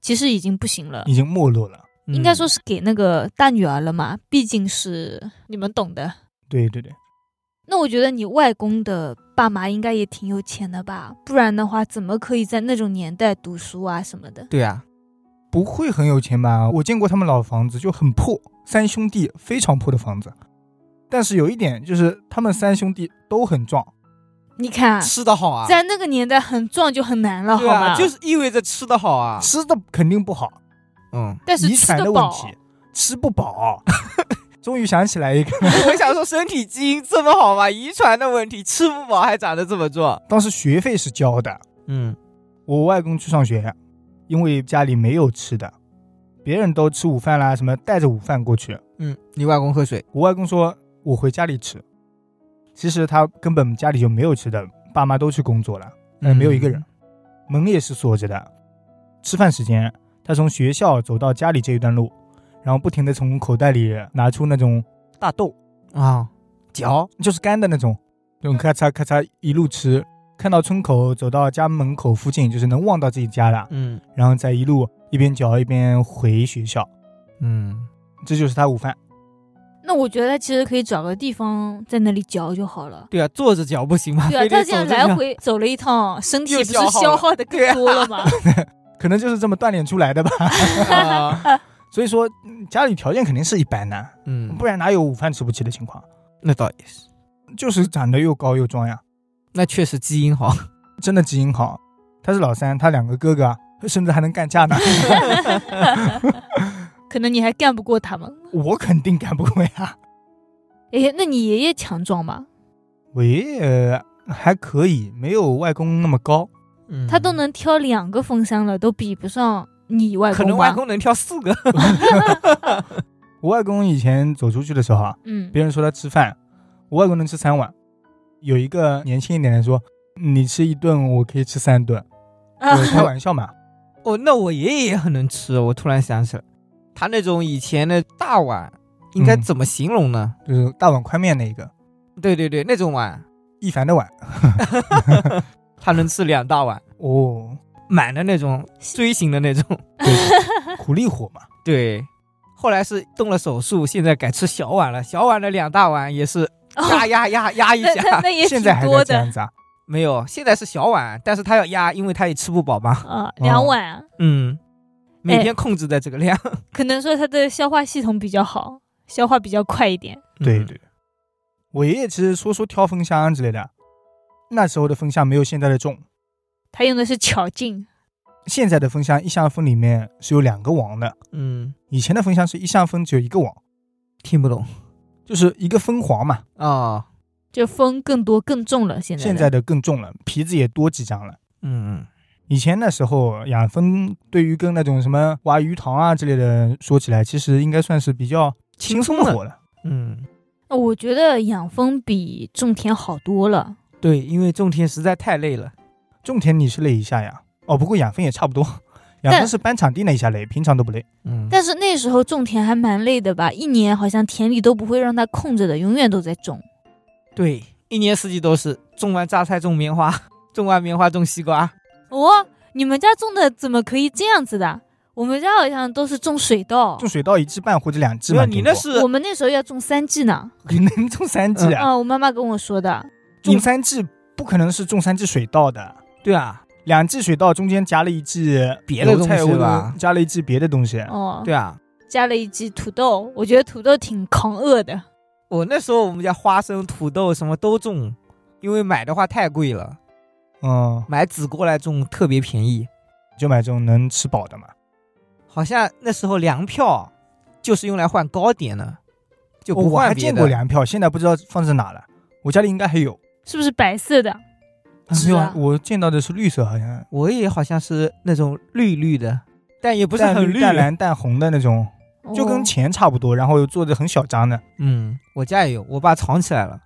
S2: 其实已经不行了，
S1: 已经没落了。
S3: 嗯
S2: 应该说是给那个大女儿了嘛，毕竟是你们懂的。
S1: 对对对，
S2: 那我觉得你外公的爸妈应该也挺有钱的吧，不然的话怎么可以在那种年代读书啊什么的？
S3: 对啊，
S1: 不会很有钱吧？我见过他们老房子，就很破，三兄弟非常破的房子。但是有一点就是，他们三兄弟都很壮，
S2: 你看啊，
S3: 吃的好啊，
S2: 在那个年代很壮就很难了，好
S3: 对
S2: 吧？
S3: 啊，就是意味着吃的好啊。
S1: 吃的肯定不好，
S3: 嗯，
S2: 但是
S1: 遗
S2: 吃
S1: 传
S2: 得
S1: 的问
S2: 饱，
S1: 题，吃不饱。 终于想起来一个，
S3: 我想说身体基因这么好吗？遗传的问题，吃不饱还长得这么壮。
S1: 当时学费是交的，
S3: 嗯，
S1: 我外公去上学，因为家里没有吃的，别人都吃午饭啦，什么带着午饭过去。
S3: 嗯，你外公喝水，
S1: 我外公说我回家里吃，其实他根本家里就没有吃的，爸妈都去工作了，
S3: 哎
S1: 嗯，没有一个人，门也是锁着的。吃饭时间，他从学校走到家里这一段路，然后不停的从口袋里拿出那种大豆，
S3: 啊，嚼，
S1: 就是干的那种，那种咔嚓咔嚓一路吃，看到村口走到家门口附近，就是能望到自己家了。
S3: 嗯
S1: 然后再一路一边嚼一边回学校，
S3: 嗯，
S1: 这就是他午饭。
S2: 那我觉得他其实可以找个地方在那里嚼就好了。
S3: 对啊，坐着嚼不行吗？
S2: 对啊
S3: 非，得
S2: 他这样
S3: 走着
S2: 来
S3: 嚼，
S2: 回走了一趟，身体
S3: 又
S2: 不是
S3: 消耗
S2: 消
S3: 了
S2: 耗的更
S3: 对啊
S2: 多了吗？
S1: 可能就是这么锻炼出来的吧，
S3: 啊
S1: 所以说嗯家里条件肯定是一般的，
S3: 嗯，
S1: 不然哪有午饭吃不起的情况？
S3: 那倒也是，
S1: 就是长得又高又壮呀，
S3: 那确实基因好。
S1: 真的基因好。他是老三，他两个哥哥啊，甚至还能干架呢，
S2: 可能你还干不过他们。
S1: 我肯定干不过呀。
S2: 哎，那你爷爷强壮吗？
S1: 我爷爷呃还可以，没有外公那么高，
S3: 嗯
S2: 他都能挑两个风箱了，都比不上你外公
S3: 可能
S2: 吧
S3: 外公能挑四个。
S1: 我外公以前走出去的时候啊，
S2: 嗯，
S1: 别人说他吃饭，我外公能吃三碗。有一个年轻一点的说：“你吃一顿，我可以吃三顿。”
S2: 啊
S1: 我 开玩笑嘛。
S3: 哦，那我爷爷也很能吃。我突然想起来，他那种以前的大碗，应该
S1: 嗯
S3: 怎么形容呢？
S1: 就是大碗宽面那一个，
S3: 对对对，那种碗，
S1: 一凡的碗
S3: 他能吃两大 碗，
S1: 哦，
S3: 满的那种，锥形的那种。
S1: 对，苦力活嘛，
S3: 对，后来是动了手术，现在改吃小碗了。小碗的两大碗也是
S2: 哦
S3: 压压压压一
S2: 那那
S3: 下。
S2: 那也挺
S1: 现在还
S2: 多
S1: 在这
S2: 的
S1: 样，子啊。
S3: 没有，现在是小碗，但是他要压，因为他也吃不饱嘛。
S2: 啊，两碗啊，
S3: 嗯，
S2: 哎
S3: 每天控制在这个量。
S2: 可能说他的消化系统比较好，消化比较快一点。
S1: 对
S3: 嗯，
S1: 对，我爷爷其实说说挑风箱之类的，那时候的风箱没有现在的重，
S2: 他用的是巧劲，
S1: 现在的风箱一箱风里面是有两个网的，
S3: 嗯，
S1: 以前的风箱是一箱风只有一个网，
S3: 听不懂
S1: 就是一个分簧嘛。
S3: 哦，
S2: 就风更多更重了。现在
S1: 现在的更重了，皮子也多几张了。
S3: 嗯
S1: 以前那时候养蜂，对于跟那种什么挖鱼塘啊之类的说起来，其实应该算是比较轻松的活了。
S3: 嗯，
S2: 呃我觉得养蜂比种田好多了。
S3: 对，因为种田实在太累了。
S1: 种田你是累一下呀，哦，不过养蜂也差不 多，养
S2: 但
S1: 蜂是搬场地那一下累，平常都不累。
S3: 嗯，
S2: 但是那时候种田还蛮累的吧？一年好像田里都不会让它空着的，永远都在种。
S3: 对，一年四季都是种完榨菜种棉花，种完棉花种西瓜。
S2: 哦，你们家种的怎么可以这样子的？我们家好像都是种水稻
S1: 种，水稻一季半或者两季
S3: 只要
S1: 嘛，
S3: 你
S1: 顶
S3: 那
S1: 多
S3: 是
S2: 我们那时候要种三季呢。
S1: 能种三季啊？
S2: 啊，我妈妈跟我说的。
S1: 种三季不可能是种三季水稻的，
S3: 对啊，
S1: 两季水稻中间夹了一季
S3: 别的
S1: 油菜
S3: 东西吧
S1: 加了一季别的东西。
S2: 哦，
S3: 对啊，
S2: 加了一季土豆，我觉得土豆挺抗饿的。
S3: 我那时候我们家花生、土豆什么都种，因为买的话太贵了，
S1: 嗯，
S3: 买籽过来种特别便宜，
S1: 就买这种能吃饱的嘛。
S3: 好像那时候粮票就是用来换糕点的，就
S1: 哦
S3: 不
S1: 我还
S3: 换别
S1: 见
S3: 的。
S1: 过粮票，现在不知道放在哪了。我家里应该还有，
S2: 是不是白色的？
S1: 啊
S2: 是
S1: 没有
S2: 啊
S1: 我见到的是绿色，好像
S3: 我也好像是那种绿绿的，但也不是
S1: 淡
S3: 很
S1: 绿、淡蓝、淡红的那种，就跟
S2: 哦
S1: 钱差不多，然后又做的很小张的，
S3: 嗯，我家也有，我爸藏起来了。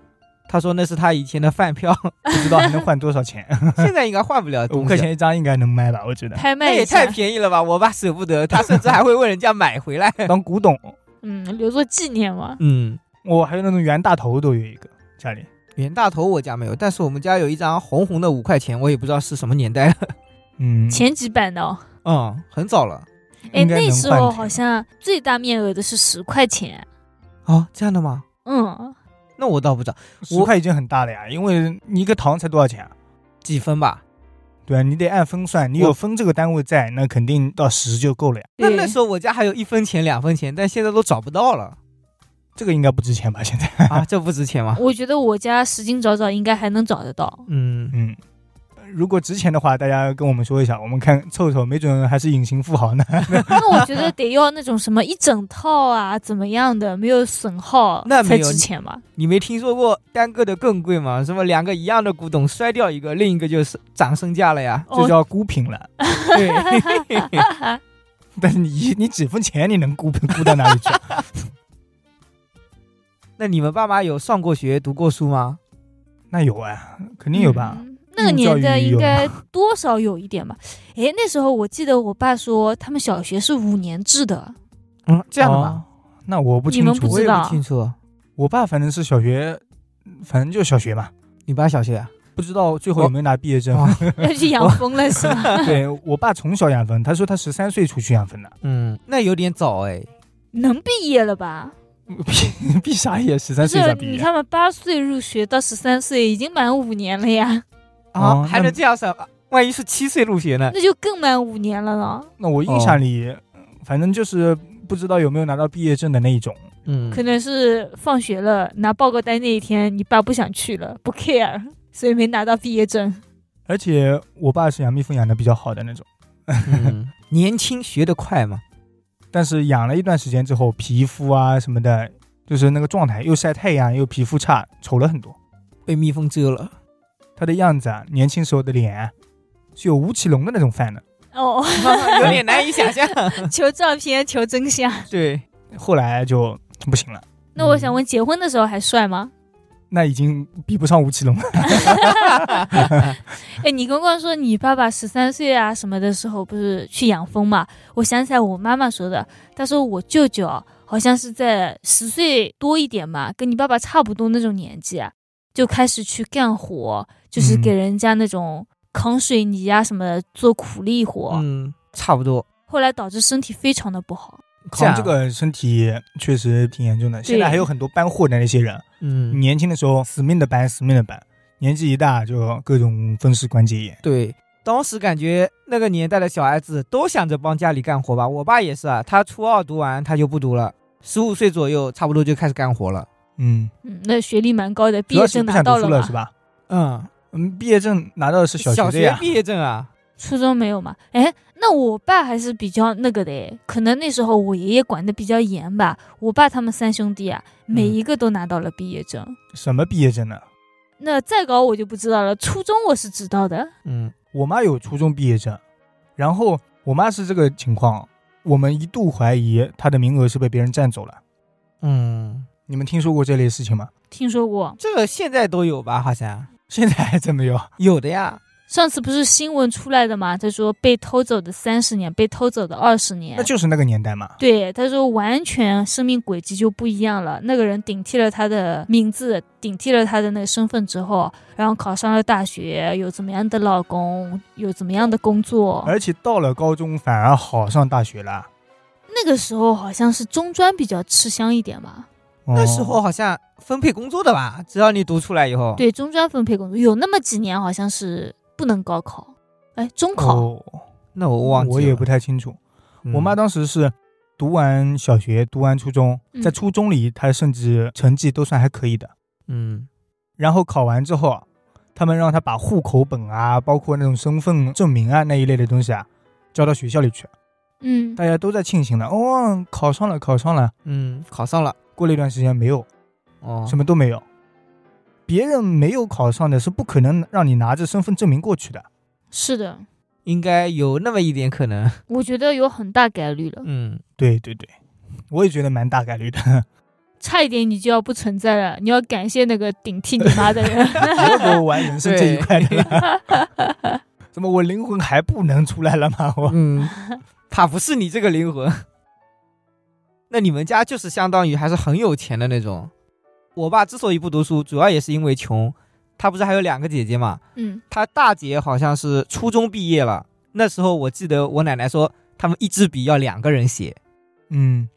S3: 他说那是他以前的饭票，
S1: 不知道还能换多少钱，
S3: 现在应该换不了东
S1: 五
S3: 西。啊
S1: 块钱一张应该能卖吧？我觉得
S2: 拍
S3: 那
S2: 卖
S3: 也
S2: 一
S3: 太
S2: 下，
S3: 便宜了吧！我爸舍不得，他甚至还会问人家买回来。
S1: 当古董，
S2: 嗯，留作纪念嘛。
S3: 嗯，
S1: 我还有那种圆大头都有一个家里，
S3: 袁大头我家没有，但是我们家有一张红红的五块钱，我也不知道是什么年代了。
S1: 嗯，
S2: 前几版的哦，
S3: 嗯，很早了。
S2: 哎，
S1: 应该能
S2: 那
S1: 换
S2: 时候
S1: 钱
S2: 好像最大面额的是十块钱，
S3: 哦，这样的吗？
S2: 嗯，
S3: 那我倒不知道，
S1: 十块已经很大了呀，因为你一个糖才多少钱啊？
S3: 几分吧。
S1: 对啊，你得按分算，你
S3: 我
S1: 有分这个单位在，那肯定到十就够了呀。
S3: 那
S2: 对
S3: 那时候我家还有一分钱、两分钱，但现在都找不到了
S1: 这个应该不值钱吧？现在，
S3: 啊！这不值钱吗？
S2: 我觉得我家使劲找找应该还能找得 到。
S3: 嗯，
S1: 嗯， 如果值钱的话，大家跟我们说一下，我们看凑凑，没准还是隐形富豪呢。
S2: 那我觉得得要那种什么一整套啊，怎么样的，没有损耗
S3: 那没
S2: 才
S3: 有
S2: 值钱嘛。
S3: 你没听说过单个的更贵吗？什么两个一样的古董摔掉一个，另一个就是涨身价了呀？
S1: 这
S2: 哦，
S1: 叫孤品了。
S3: 对，
S1: 但是你你几分钱你能估估到哪里去啊？
S3: 那你们爸妈有上过学、读过书吗？
S1: 那有啊，肯定有吧？
S2: 嗯那个
S1: 义务
S2: 年
S1: 教育
S2: 代应
S1: 有
S2: 该多少有 一点吧。哎，那时候我记得我爸说他们小学是五年制的，
S3: 嗯，这样的
S1: 哦
S3: 吗？
S1: 那我不
S2: 你
S1: 清
S2: 们
S1: 楚，
S2: 不
S1: 我
S3: 我
S1: 也
S3: 也
S2: 知道
S3: 不清楚。
S1: 我爸反正是小学，嗯反正就小学嘛，
S3: 你爸小学啊？
S1: 不知道最后有没有拿毕业证。
S3: 哦
S2: 要去养蜂了是 吧？
S1: 对我爸从小养蜂，他说他十三岁出去养蜂的，
S3: 嗯，那有点早哎。
S2: 能毕业了吧？
S1: 毕毕啥业？十三
S2: 不
S1: 岁
S2: 是
S1: 咋，毕
S2: 你
S1: 业？啊
S2: 看嘛，八岁入学到十三岁，已经满五年了 呀，
S3: 啊，
S1: 哦
S3: 还
S1: 那
S3: 能这样算？万一是七岁入学呢？
S2: 那就更满五年了呢。
S1: 那我印象里，反正就是不知道有没有拿到毕业证的那一种。
S3: 嗯，
S2: 可能是放学了拿报告单那一天，你爸不想去了，不 care，所以没拿到毕业证。
S1: 而且我爸是养蜜蜂养的比较好的那种，
S3: 嗯年轻学得快嘛。
S1: 但是养了一段时间之后，皮肤啊什么的，就是那个状态，又晒太阳又皮肤差，丑了很多。
S3: 被蜜蜂蛰了，
S1: 他的样子啊，年轻时候的脸啊是有吴奇隆的那种范的。
S2: 哦，
S3: 有点难以想象。
S2: 求照片，求真相。
S3: 对，
S1: 后来就不行了，
S2: 那我想问，结婚的时候还帅吗？
S1: 那已经比不上吴奇隆了。
S2: 哎，你刚刚说你爸爸十三岁啊什么的时候不是去养蜂嘛？我想起来我妈妈说的，她说我舅舅啊好像是在十岁多一点嘛，跟你爸爸差不多那种年纪啊，就开始去干活，就是
S1: 嗯
S2: 给人家那种扛水泥啊什么的做苦力活，
S3: 嗯，差不多。
S2: 后来导致身体非常的不好。
S1: 扛这个身体确实挺严重的，现在还有很多搬货的那些人，
S3: 嗯，
S1: 年轻的时候死命的搬，死命的搬，年纪一大就各种风湿关节炎。
S3: 对，当时感觉那个年代的小孩子都想着帮家里干活吧。我爸也是啊，他初二读完他就不读了，十五岁左右差不多就开始干活了。
S1: 嗯，
S2: 嗯，那学历蛮高的，毕
S1: 主要
S2: 业
S1: 是
S2: 证
S1: 不
S2: 拿
S1: 想读
S2: 到
S1: 书
S2: 嘛？
S1: 是吧？
S3: 嗯，
S1: 嗯，毕业证拿到的是
S3: 小
S1: 学的呀。
S3: 毕业证啊，
S2: 初中没有嘛？哎，那我爸还是比较那个的诶，可能那时候我爷爷管的比较严吧。我爸他们三兄弟啊，
S1: 嗯
S2: 每一个都拿到了毕业证。
S1: 什么毕业证呢？
S2: 那再高我就不知道了，初中我是知道的。
S3: 嗯，
S1: 我妈有初中毕业证，然后我妈是这个情况，我们一度怀疑她的名额是被别人占走了。
S3: 嗯，
S1: 你们听说过这类事情吗？
S2: 听说过，
S3: 这个现在都有吧？好像
S1: 现在还真没有。
S3: 有的呀。
S2: 上次不是新闻出来的嘛？他说被偷走的三十年，被偷走的二十年
S1: 那。就是那个年代嘛。
S2: 对，他说完全生命轨迹就不一样了。那个人顶替了他的名字，顶替了他的那个身份之后，然后考上了大学，有怎么样的老公，有怎么样的工作。
S1: 而且到了高中反而好上大学了。
S2: 那个时候好像是中专比较吃香一点嘛，
S1: 那
S3: 那时候好像分配工作的吧，只要你读出来以后，
S2: 对，中专分配工作有那么几年好像是不能高考，哎，中考、
S1: 哦，
S3: 那我忘记了。
S1: 我也不太清楚。
S3: 嗯，
S1: 我妈当时是读完小学，读完初中，
S2: 嗯
S1: 在初中里她甚至成绩都算还可以的。
S3: 嗯
S1: 然后考完之后啊，他们让她把户口本啊，包括那种身份证明啊那一类的东西啊，交到学校里去。
S2: 嗯，
S1: 大家都在庆幸了，哦，考上了，考上了。
S3: 嗯，考上了
S1: 过了一段时间没有，
S3: 哦，
S1: 什么都没有。别人没有考上的是不可能让你拿着身份证明过去的。
S2: 是的，
S3: 应该有那么一点可 能。
S2: 我觉得有很大概率了，
S3: 嗯，
S1: 对对对，我也觉得蛮大概率的。
S2: 差一点你就要不存在了，你要感谢那个顶替你妈的人。
S1: 我给我玩人生这一块的了。怎么我灵魂还不能出来了吗？ 我
S3: 嗯，怕不是你这个灵魂。 那你们家就是相当于还是很有钱的那种。我爸之所以不读书，主要也是因为穷。他不是还有两个姐姐嘛？
S2: 嗯，
S3: 他大姐好像是初中毕业了。那时候我记得我奶奶说，他们一支笔要两个人写。
S1: 嗯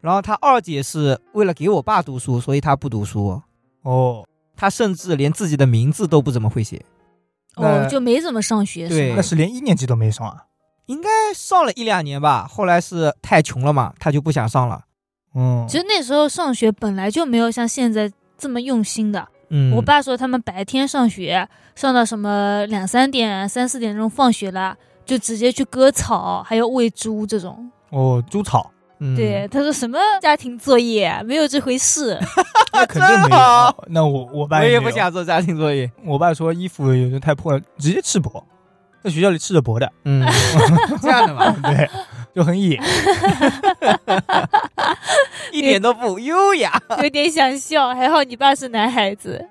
S3: 然后他二姐是为了给我爸读书，所以她不读书。
S1: 哦，
S3: 她甚至连自己的名字都不怎么会写，
S2: 哦
S1: 那，
S2: 就没怎么上学是
S3: 对
S2: 吗
S1: 那？是连一年级都没上啊。
S3: 应该哎上了一两年吧。后来是太穷了嘛，她就不想上了。
S1: 嗯，
S2: 其实那时候上学本来就没有像现在这么用心的，
S3: 嗯
S2: 我爸说他们白天上学，上到什么两三点、三四点钟放学了，就直接去割草，还有喂猪这种。
S1: 哦，猪草
S3: 嗯
S2: 对，他说什么家庭作业没有这回事。
S1: 那肯定没
S3: 啊真好
S1: 有。哦那我我爸
S3: 我也
S1: 没
S3: 不
S1: 有。
S3: 想做家庭作业。
S1: 我爸说衣服有的太破了，直接赤膊，在学校里赤着膊的，
S3: 嗯， 这样的 嘛，
S1: 对，就很野。
S3: 一点都不优雅。
S2: 有点想笑，还好你爸是男孩子。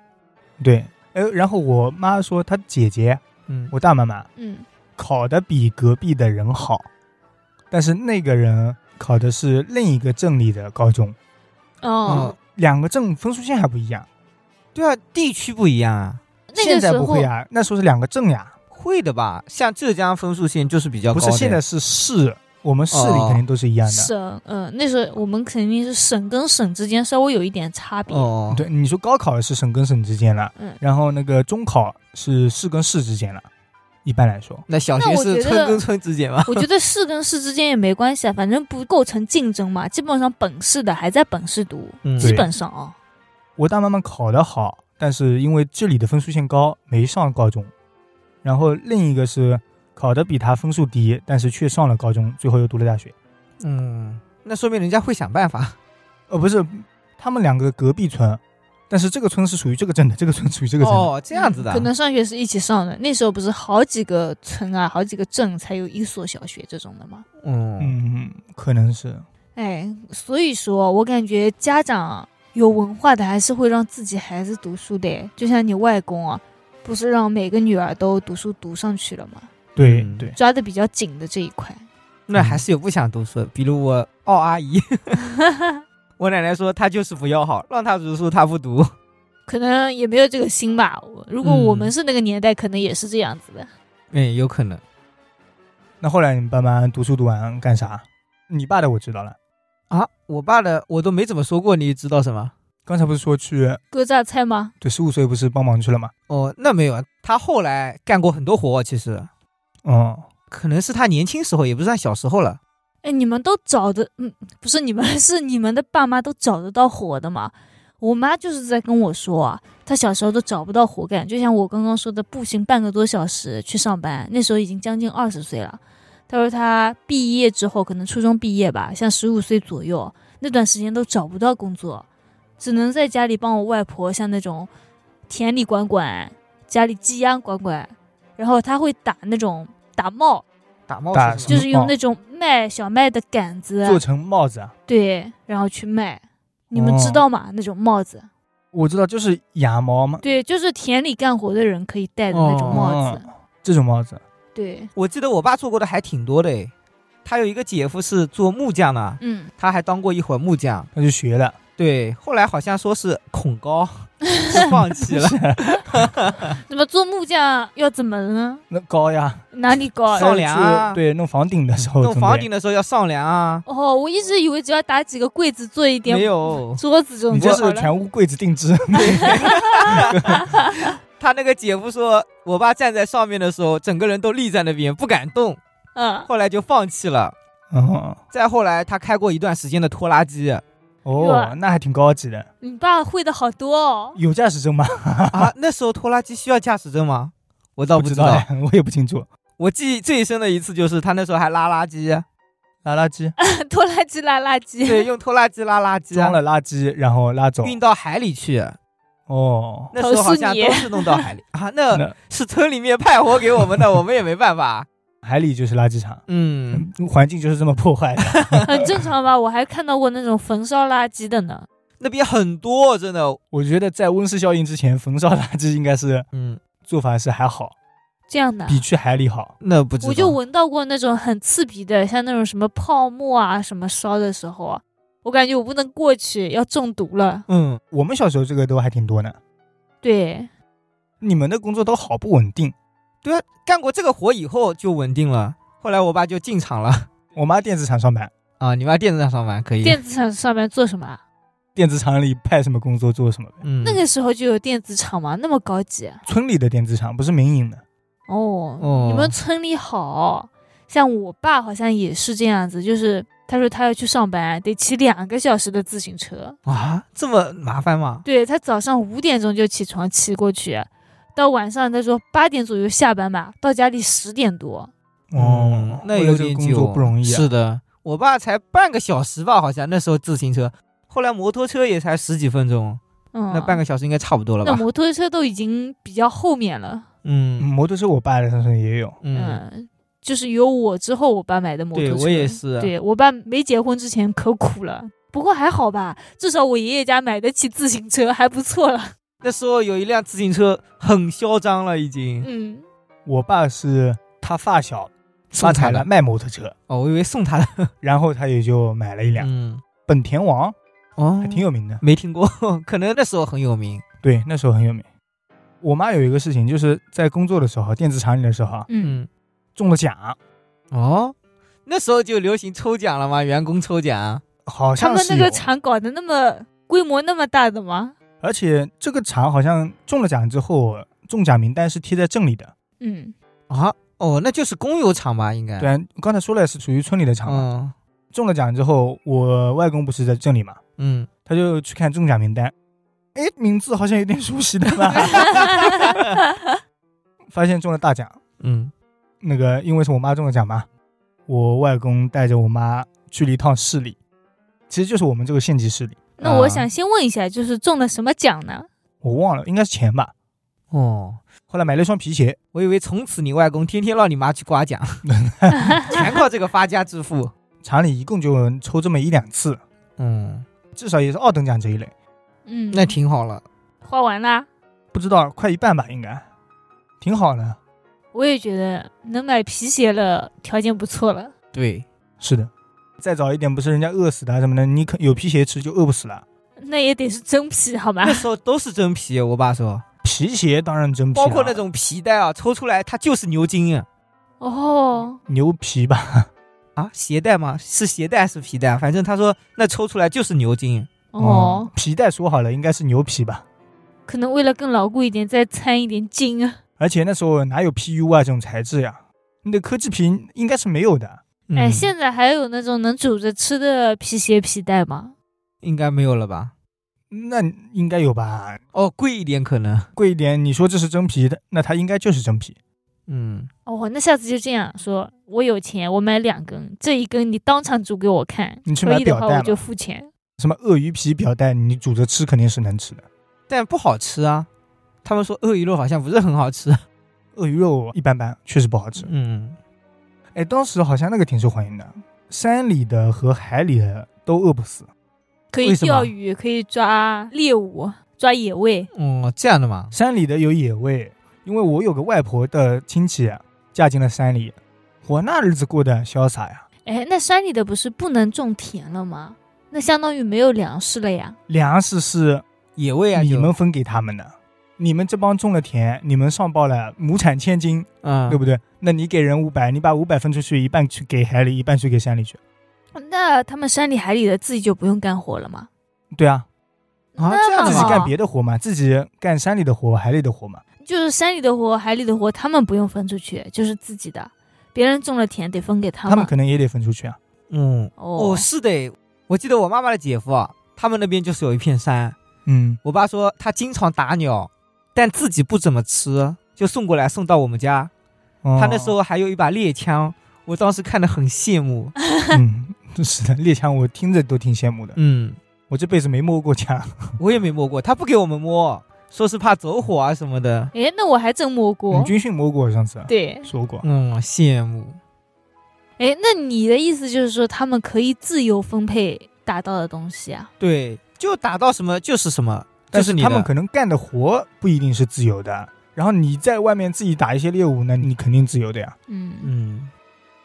S1: 对，哎，然后我妈说她姐姐，
S3: 嗯，
S1: 我大妈妈
S2: 嗯，
S1: 考的比隔壁的人好，但是那个人考的是另一个镇里的高中，
S2: 哦，
S1: 两个镇分数线还不一样。
S3: 嗯对啊，地区不一样啊，
S2: 那
S1: 现
S2: 个
S1: 在
S2: 时
S1: 不
S2: 候
S1: 会啊，那时候是两个镇呀，
S3: 会的吧？像浙江分数线就是比较
S1: 不
S3: 呃高的，
S1: 是现在是市，我们市里
S3: 哦
S1: 肯定都是一样的。
S2: 省，嗯，那时候我们肯定是省跟省之间稍微有一点差别。
S3: 哦，
S1: 对，你说高考是省跟省之间了，
S2: 嗯
S1: 然后那个中考是市跟市之间了，一般来说，
S3: 那小
S2: 那
S3: 学
S2: 我
S3: 是
S2: 觉得
S3: 村跟村之间嘛。
S2: 我觉得市跟市之间也没关系啊，反正不构成竞争嘛。基本上本市的还在本市读，
S3: 嗯
S2: 基
S1: 对
S2: 本上啊、
S1: 我大妈妈考得好，但是因为这里的分数线高，没上高中，然后另一个是考得比她分数低，但是却上了高中，最后又读了大学。
S3: 嗯，那说明人家会想办法。
S1: 呃，不是，他们两个隔壁村，但是这个村是属于这个镇的，这个村属于这个镇的。
S3: 哦，这样子的，
S2: 可能上学是一起上的。那时候不是好几个村啊，好几个镇才有一所小学这种的吗？
S3: 嗯
S1: 嗯，可能是。
S2: 哎，所以说我感觉家长有文化的还是会让自己孩子读书的，就像你外公啊，不是让每个女儿都读书读上去了吗？
S1: 对、
S3: 嗯
S1: 对，
S2: 抓的比较紧的这一块，
S3: 那还是有不想读书的，比如我奥阿姨， 我奶奶说她就是不要好，让她读书她不读。
S2: 可能也没有这个心吧。我如果
S3: 嗯
S2: 我们是那个年代，可能也是这样子的。
S3: 嗯，有可能
S1: 那后来你爸妈读书读完干啥？你爸的我知道了，
S3: 啊。我爸的我都没怎么说过，你知道什么？
S1: 刚才不是说去
S2: 割榨菜吗？
S1: 对十五岁不是帮忙去了嘛？
S3: 哦，那没有啊，他后来干过很多活，其实
S1: 嗯，
S3: 可能是他年轻时候，也不算小时候了。
S2: 哎，你们都找的，嗯，不是你们， 是你们的爸妈都找得到活的吗？我妈就是在跟我说啊，她小时候都找不到活干，就像我刚刚说的，步行半个多小时去上班，那时候已经将近二十岁了。她说她毕业之后，可能初中毕业吧，像十五岁左右那段时间都找不到工作，只能在家里帮我外婆，像那种田里管管，家里鸡鸭管管，然后她会打那种打帽，
S3: 打帽
S1: 打
S3: 是什么
S2: 就是用那种麦小麦的杆子
S1: 做成帽子啊，
S2: 对，然后去卖。你们知
S1: 哦
S2: 道吗？那种帽子，
S1: 我知道就是鸭毛嘛，
S2: 对，就是田里干活的人可以戴的那种帽子。
S1: 这种帽子，
S2: 对，
S3: 我记得我爸做过的还挺多的诶。他有一个姐夫是做木匠的，
S2: 嗯，
S3: 他还当过一会儿木匠。
S1: 那就学了。
S3: 对，后来好像说是恐高，就放弃了。
S2: 那么做木匠要怎么了呢？
S1: 那高呀，
S2: 哪里高啊？
S3: 上梁啊
S1: 去对，弄房顶的时候，
S3: 弄房顶，的时候要上梁啊，
S2: 哦，我一直以为只要打几个柜子，做一点。
S3: 没有
S2: 桌子这种
S1: 你
S2: 就
S1: 这
S2: 好
S1: 是
S2: 了。
S1: 全屋柜子定制，
S3: 他那个姐夫说，我爸站在上面的时候，整个人都立在那边不敢动，
S2: 嗯，
S3: 后来就放弃了。
S1: 嗯，
S3: 再后来，他开过一段时间的拖拉机啊
S1: 哦，那还挺高级的，
S2: 你爸会的好多哦。
S1: 有驾驶证吗？
S3: 啊。那时候拖拉机需要驾驶证吗？ 我倒
S1: 不
S3: 不
S1: 知
S3: 知
S1: 道
S3: 道。
S1: 哎， 我也不清楚。
S3: 我记忆最深的一次就是他那时候还拉垃圾，
S1: 拉垃圾，
S2: 拖拉机拉垃圾，
S3: 对，用拖拉机拉垃圾啊，
S1: 装了垃圾然后拉走。
S3: 运到海里去。
S1: 哦，
S3: 那时候好
S2: 投诉
S3: 像
S2: 你
S3: 都是弄到海里啊，那
S1: 那
S3: 是村里面派活给我们的，我们也没办法。
S1: 海里就是垃圾场，
S3: 嗯，
S1: 环境就是这么破坏的。
S2: 很正常吧？我还看到过那种焚烧垃圾的呢。
S3: 那边很多，真的。
S1: 我觉得在温室效应之前，焚烧垃圾应该是
S3: 嗯，
S1: 做法是还好，
S2: 这样的啊，
S1: 比去海里好。
S3: 那不知道。
S2: 我就闻到过那种很刺鼻的，像那种什么泡沫啊什么烧的时候啊，我感觉我不能过去，要中毒了。
S3: 嗯，
S1: 我们小时候这个都还挺多呢。
S2: 对，
S1: 你们的工作都好不稳定。
S3: 对啊，干过这个活以后就稳定了。后来我爸就进厂了
S1: 我妈电子厂上班，
S3: 啊，你妈电子厂上班可以。
S2: 电子厂上面做什么啊？
S1: 电子厂里派什么工作做什么呗。
S3: 嗯，
S2: 那个时候就有电子厂嘛，那么高级啊
S1: 村里的电子厂不是民营的，
S2: 哦。
S3: 哦
S2: 你们村里好像我爸好像也是这样子，就是他说他要去上班，得骑两个小时的自行车。
S3: 啊这么麻烦吗？
S2: 对他早上五点钟就起床骑过去，到晚上他说八点左右下班吧，到家里十点多。
S1: 哦
S3: 嗯，那
S1: 为了
S3: 有
S1: 这个
S3: 点
S1: 工
S3: 久，
S1: 作不容易啊。
S3: 是的，我爸才半个小时吧，好像那时候自行车，后来摩托车也才十几分钟，
S2: 嗯，
S3: 那半个小时应该差不多了
S2: 那
S3: 吧？
S2: 摩托车都已经比较后面了，
S1: 嗯
S3: 嗯
S1: 摩托车我爸的身上也有，
S3: 嗯，
S2: 嗯，就是有我之后，我爸买的摩托
S3: 对
S2: 车。
S3: 我也是。啊
S2: 对我爸没结婚之前可苦了，不过还好吧，至少我爷爷家买得起自行车，还不错了。
S3: 那时候有一辆自行车，很嚣张了，已经
S2: 嗯，
S1: 我爸是他发小发
S3: 送他
S1: 财
S3: 的
S1: 了卖摩托车，
S3: 哦，我以为送他的。
S1: 然后他也就买了一辆、
S3: 嗯，
S1: 本田王，
S3: 哦
S1: 还挺有名的。
S3: 没听过， 可能那时候很有名。
S1: 对，那时候很有名。我妈有一个事情，就是在工作的时候，电子厂里的时候啊
S2: 嗯，
S3: 嗯，
S1: 中了奖，
S3: 哦，那时候就流行抽奖了吗？员工抽奖。
S1: 好
S2: 他
S1: 像
S2: 们
S1: 是
S2: 那
S1: 有
S3: 啊
S2: 个厂搞得那么规模那么大的吗？
S1: 而且这个厂好像中了奖之后，中奖名单是贴在镇里的。
S2: 嗯，
S3: 啊，哦，那就是公有厂吧，应该。
S1: 对，啊，刚才说了是属于村里的厂嘛。
S3: 哎嗯
S1: 中了奖之后，我外公不是在镇里嘛，
S3: 嗯，
S1: 他就去看中奖名单，哎，名字好像有点熟悉的吧？ 发现中了大奖。
S3: 嗯，
S1: 那个因为是我妈中了奖嘛，我外公带着我妈去了一趟市里，其实就是我们这个县级市里，
S2: 那
S3: 啊
S2: 我想先问一下，就是中了什么奖呢？
S1: 我忘了，应该是钱吧。
S3: 哦，
S1: 后来买了一双皮鞋，
S3: 我以为从此你外公天天让你妈去刮 奖，全靠这个发家致富。
S1: 厂里一共就抽这么一两次，
S3: 嗯，
S1: 至少也是二等奖这一类，
S2: 嗯，
S3: 那挺好了。
S2: 花完啦。
S1: 不知道快一半吧，应该挺好的。
S2: 我也觉得能买皮鞋了，条件不错了。
S3: 对，
S1: 是的，再早一点不是人家饿死的啊什么的，你可有皮鞋吃就饿不死了。
S2: 那也得是真皮好吧
S3: 那？时候都是真皮，我爸说，
S1: 皮鞋当然真皮啊了，
S3: 包括那种皮带啊，抽出来它就是牛筋啊。
S2: 哦，
S1: 牛皮吧，
S3: 啊啊，鞋带吗？是鞋带还是皮带？反正他说那抽出来就是牛筋。
S2: 哦
S1: 嗯，皮带说好了应该是牛皮吧，
S2: 可能为了更牢固一点，再掺一点金啊。
S1: 而且那时候哪有 PU 啊这种材质呀？你的科技皮应该是没有的。
S3: 嗯
S2: 哎，现在还有那种能煮着吃的皮鞋皮带吗？
S3: 应该没有了吧？
S1: 那应该有吧，
S3: 哦，贵一点可能。
S1: 贵一点。你说这是真皮的，那它应该就是真皮。
S3: 嗯，
S2: 哦，那下次就这样说，我有钱，我买两根，这一根你当场煮给我看，
S1: 你去
S2: 可
S1: 买
S2: 以的
S1: 表
S2: 话
S1: 带
S2: 我
S1: 嘛
S2: 就付钱。
S1: 什么鳄鱼皮表带，你煮着吃肯定是能吃的。
S3: 但不好吃啊。他们说鳄鱼肉好像不是很好吃。
S1: 鳄鱼肉一般般，确实不好吃。
S3: 嗯，
S1: 哎，当时好像那个挺受欢迎的，山里的和海里的都饿不死。
S2: 可
S3: 为
S2: 以
S3: 什么
S2: 钓鱼，可以抓猎物，抓野味。
S3: 哦，这样的嘛。
S1: 山里的有野味，因为我有个外婆的亲戚啊嫁进了山里，我那日子过得潇洒呀，
S2: 哎，那山里的不是不能种田了吗？那相当于没有粮食了呀。
S1: 粮食是
S3: 野味啊，
S1: 你
S3: 就
S1: 们分给他们的，你们这帮种了田，你们上报了亩产千斤，
S3: 嗯，
S1: 对不对？那你给人五百，你把五百分出去，一半去给海里，一半去给山里去。
S2: 那他们山里海里的自己就不用干活了吗？
S1: 对啊，
S3: 啊
S2: 那
S3: 这样
S1: 自
S3: 的
S1: 己
S3: 吗
S1: 干别的活嘛，自己干山里的活，海里的活嘛。
S2: 就是山里的活、海里的活，他们不用分出去，就是自己的。别人种了田得分给他
S1: 他们可能也得分出去啊。
S3: 嗯，
S2: 哦
S3: 哦，是的。我记得我妈妈的姐夫啊，他们那边就是有一片山。
S1: 嗯，
S3: 我爸说他经常打鸟，但自己不怎么吃，就送过来送到我们家。
S1: 哦
S3: 他那时，候还有一把猎枪，我当时看得很羡慕。
S1: 嗯，是的，猎枪我听着都挺羡慕的，
S3: 嗯，
S1: 我这辈子没摸过枪。
S3: 我也没摸过，他不给我们摸，说是怕走火啊什么的。
S2: 哎，那我还真摸过
S1: 你。军训摸过，上次
S2: 对，
S1: 说过。
S3: 嗯，羡慕。
S2: 哎，那你的意思就是说，他们可以自由分配打到的东西啊？
S3: 对，就打到什么就是什么，
S1: 但
S3: 就是你
S1: 他们
S3: 的
S1: 可能干的活不一定是自由的，然后你在外面自己打一些猎物，那你肯定自由的呀。
S2: 嗯
S3: 嗯，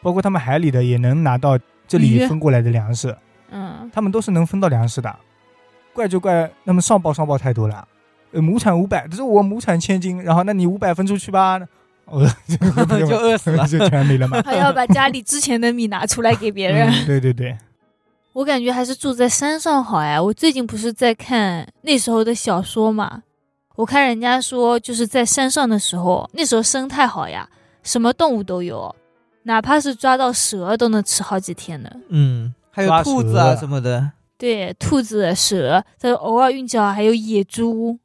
S1: 包括他们海里的也能拿到这
S2: 鱼
S1: 里分过来的粮食，
S2: 嗯，
S1: 他们都是能分到粮食的。怪就怪他们上报上报太多了，呃，亩产五百，这是我亩产千斤，然后那你五百分出去吧， 呃，就。
S3: 就饿死 了
S1: 就全没 了嘛。
S2: 还要把家里之前的米拿出来给别人。
S1: 嗯对对对，
S2: 我感觉还是住在山上好呀。我最近不是在看那时候的小说嘛，我看人家说就是在山上的时候，那时候生态好呀，什么动物都有，哪怕是抓到蛇都能吃好几天呢。
S3: 嗯，还有
S1: 抓
S3: 兔子啊
S1: 蛇
S3: 什么的，
S2: 对，兔子、蛇，再偶尔运气好还有野猪。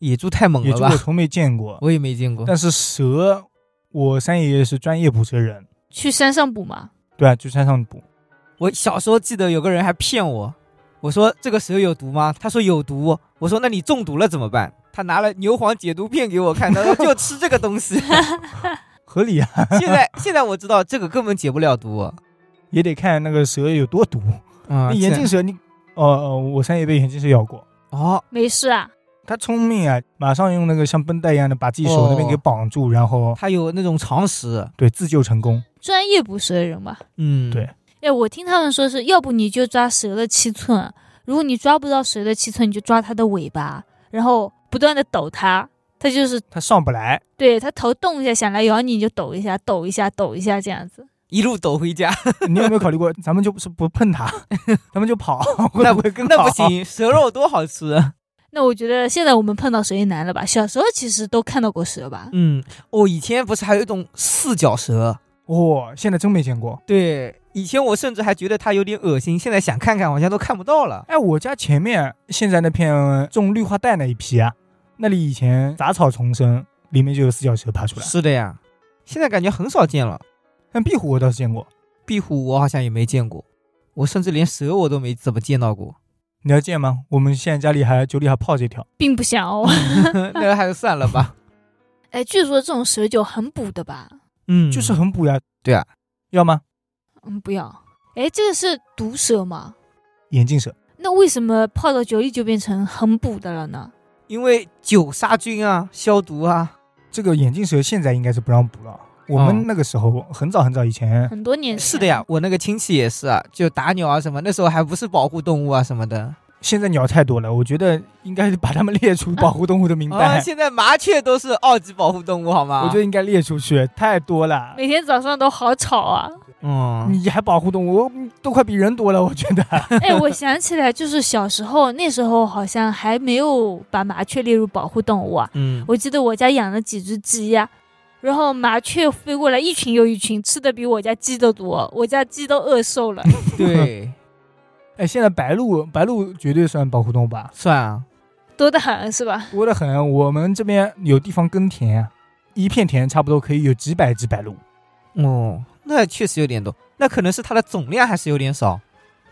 S3: 野猪太猛
S1: 野
S3: 了
S1: 猪我
S3: 吧？
S1: 从没见过，
S3: 我也没见过。
S1: 但是蛇，我三爷爷是专业捕蛇人，
S2: 去山上捕嘛，
S1: 对啊，去山上捕，
S3: 我小时候记得有个人还骗我，我说这个蛇有毒吗？他说有毒。我说那你中毒了怎么办？他拿了牛黄解毒片给我看，他说就吃这个东西。
S1: 合理啊，
S3: 现在现在我知道这个根本解不了毒。
S1: 也得看那个蛇有多毒。
S3: 嗯
S1: 那眼镜蛇，你，哦、哦，我三爷被眼镜蛇咬过，
S3: 哦，
S2: 没事啊。
S1: 他聪明啊，马上用那个像绷带一样的把自己手那边给绑住，然后
S3: 它有那种常识。
S1: 对自救成功。
S2: 专业捕蛇人吧。
S3: 嗯，
S1: 对
S2: 哎，我听他们说是要不你就抓蛇的七寸，啊如果你抓不到蛇的七寸，你就抓它的尾巴，啊然后不断的抖它，它就是
S1: 他上不来，
S2: 对它头动一下想来咬你，你就抖一下，抖一下，抖一下这样子。
S3: 一路走回家，
S1: 你有没有考虑过，咱们就不是不碰 它，咱们就跑，会
S3: 那
S1: 不会更好？
S3: 那不，行，蛇肉多好吃。啊
S2: 那我觉得现在我们碰到蛇也难了吧？小时候其实都看到过蛇吧？
S3: 嗯，哦，以前不是还有一种四脚蛇？
S1: 哦，现在真没见过。
S3: 对，以前我甚至还觉得它有点恶心，现在想看看好像都看不到了。
S1: 哎，我家前面现在那片种绿化带那一批啊，那里以前杂草丛生，里面就有四脚蛇爬出来。
S3: 是的呀，现在感觉很少见了。
S1: 但壁虎我倒是见过，
S3: 壁虎我好像也没见过，我甚至连蛇我都没怎么见到 过。
S1: 你要见吗？我们现在家里还酒里还泡着一条，
S2: 并不想哦。
S3: 那还是算了吧。
S2: 哎，据说这种蛇酒很补的吧？
S3: 嗯
S1: 就是很补呀。
S3: 对啊，
S1: 要吗？
S2: 嗯，不要。哎，这个是毒蛇吗？
S1: 眼镜蛇，
S2: 那为什么泡到酒里就变成很补的了呢？
S3: 因为酒杀菌啊，消毒啊，
S1: 这个眼镜蛇现在应该是不让捕了。我
S3: 嗯
S1: 们那个时候很早很早以 前，
S2: 很多年前
S3: 是的呀。我那个亲戚也是啊，就打鸟啊什么，那时候还不是保护动物啊什么的。
S1: 现在鸟太多了，我觉得应该把它们列出保护动物的名
S3: 啊，
S1: 单。
S3: 现在麻雀都是二级保护动物，好吗？
S1: 我觉得应该列出去，太多了。
S2: 每天早上都好吵啊！
S3: 嗯，
S1: 你还保护动物，我都快比人多了，我觉得。
S2: 哎，我想起来，就是小时候那时候好像还没有把麻雀列入保护动物啊。
S3: 嗯，
S2: 我记得我家养了几只鸡呀、然后麻雀飞过来一群又一群，吃的比我家鸡都多，我家鸡都饿瘦 了。
S3: 对，
S1: 哎，现在白鹭，白鹭绝对算保护动物吧，
S3: 算啊，
S2: 多得很，是 吧？
S1: 多得很。我们这边有地方耕田啊，一片田差不多可以有几百只白鹭。
S3: 哦，那确实有点多，那可能是它的总量还是有点少，